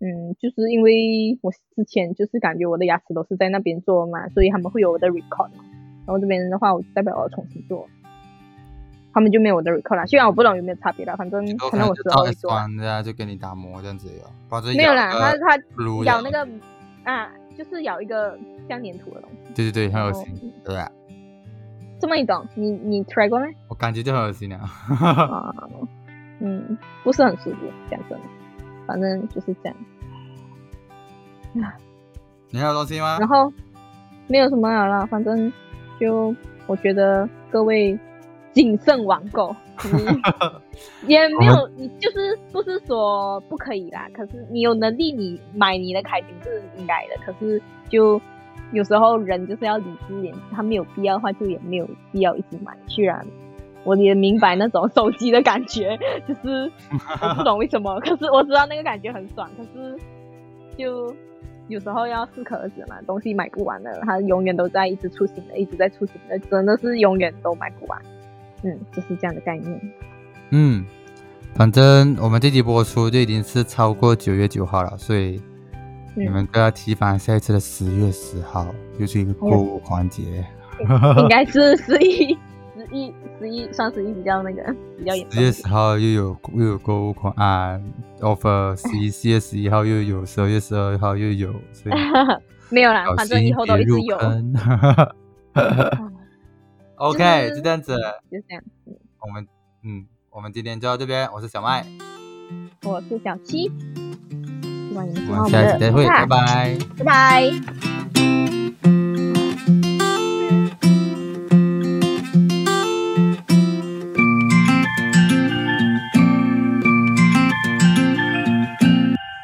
嗯，
嗯，就是因为我之前就是感觉我的牙齿都是在那边做嘛，所以他们会有我的 record 嘛。然后这边的话，我代表我要重新做，他们就没有我的 record 啦。虽然我不懂有没有差别啦，反正
以
可
后可
能
能
我
就
之
到
后会
S
做啦。
one 这样啊就给你打磨这样子有，把这
没有啦，他他
撸
咬那个啊，就是咬一个像粘土的东西。
对对对，很恶
然后
心，对吧？
这么你懂？你你 try 过没？
我感觉就很恶心了。
啊，嗯，不是很舒服，讲真的，反正就是这样。
你还有东西吗？
然后没有什么了啦，反正就我觉得各位谨慎网购，你也没有，你就是不是说不可以啦，可是你有能力你买你的开心是应该的，可是就。有时候人就是要理智一点，他没有必要的话就也没有必要一直买。虽然我也明白那种手机的感觉，就是我不懂为什么，可是我知道那个感觉很爽，可是就有时候要适可而止嘛，东西买不完的，它永远都在一直出新的，一直在出新的，真的是永远都买不完。嗯，就是这样的概 念。
嗯，反正我们这集播出就已经是超过九月九号了，所以你
嗯，
们都要提防下一次的十月十号，又是一个
哎
购物环节。
应该是十一、十一、十一双十一比较那个比较严
十月
重。
十号又有又有购物狂啊，offer 十一四月十一号又有，十二月十二号又有，所以
没有啦，
小
反正以
心
后都
别
一直
入
有。
坑。
就
OK，
是
就这样子，
就这样，嗯
我们嗯，我们今天就到这边，我是小麦，
我是小七，希望你们喜
我
欢我们
们下
的
期再会，
频道
拜拜。
拜拜。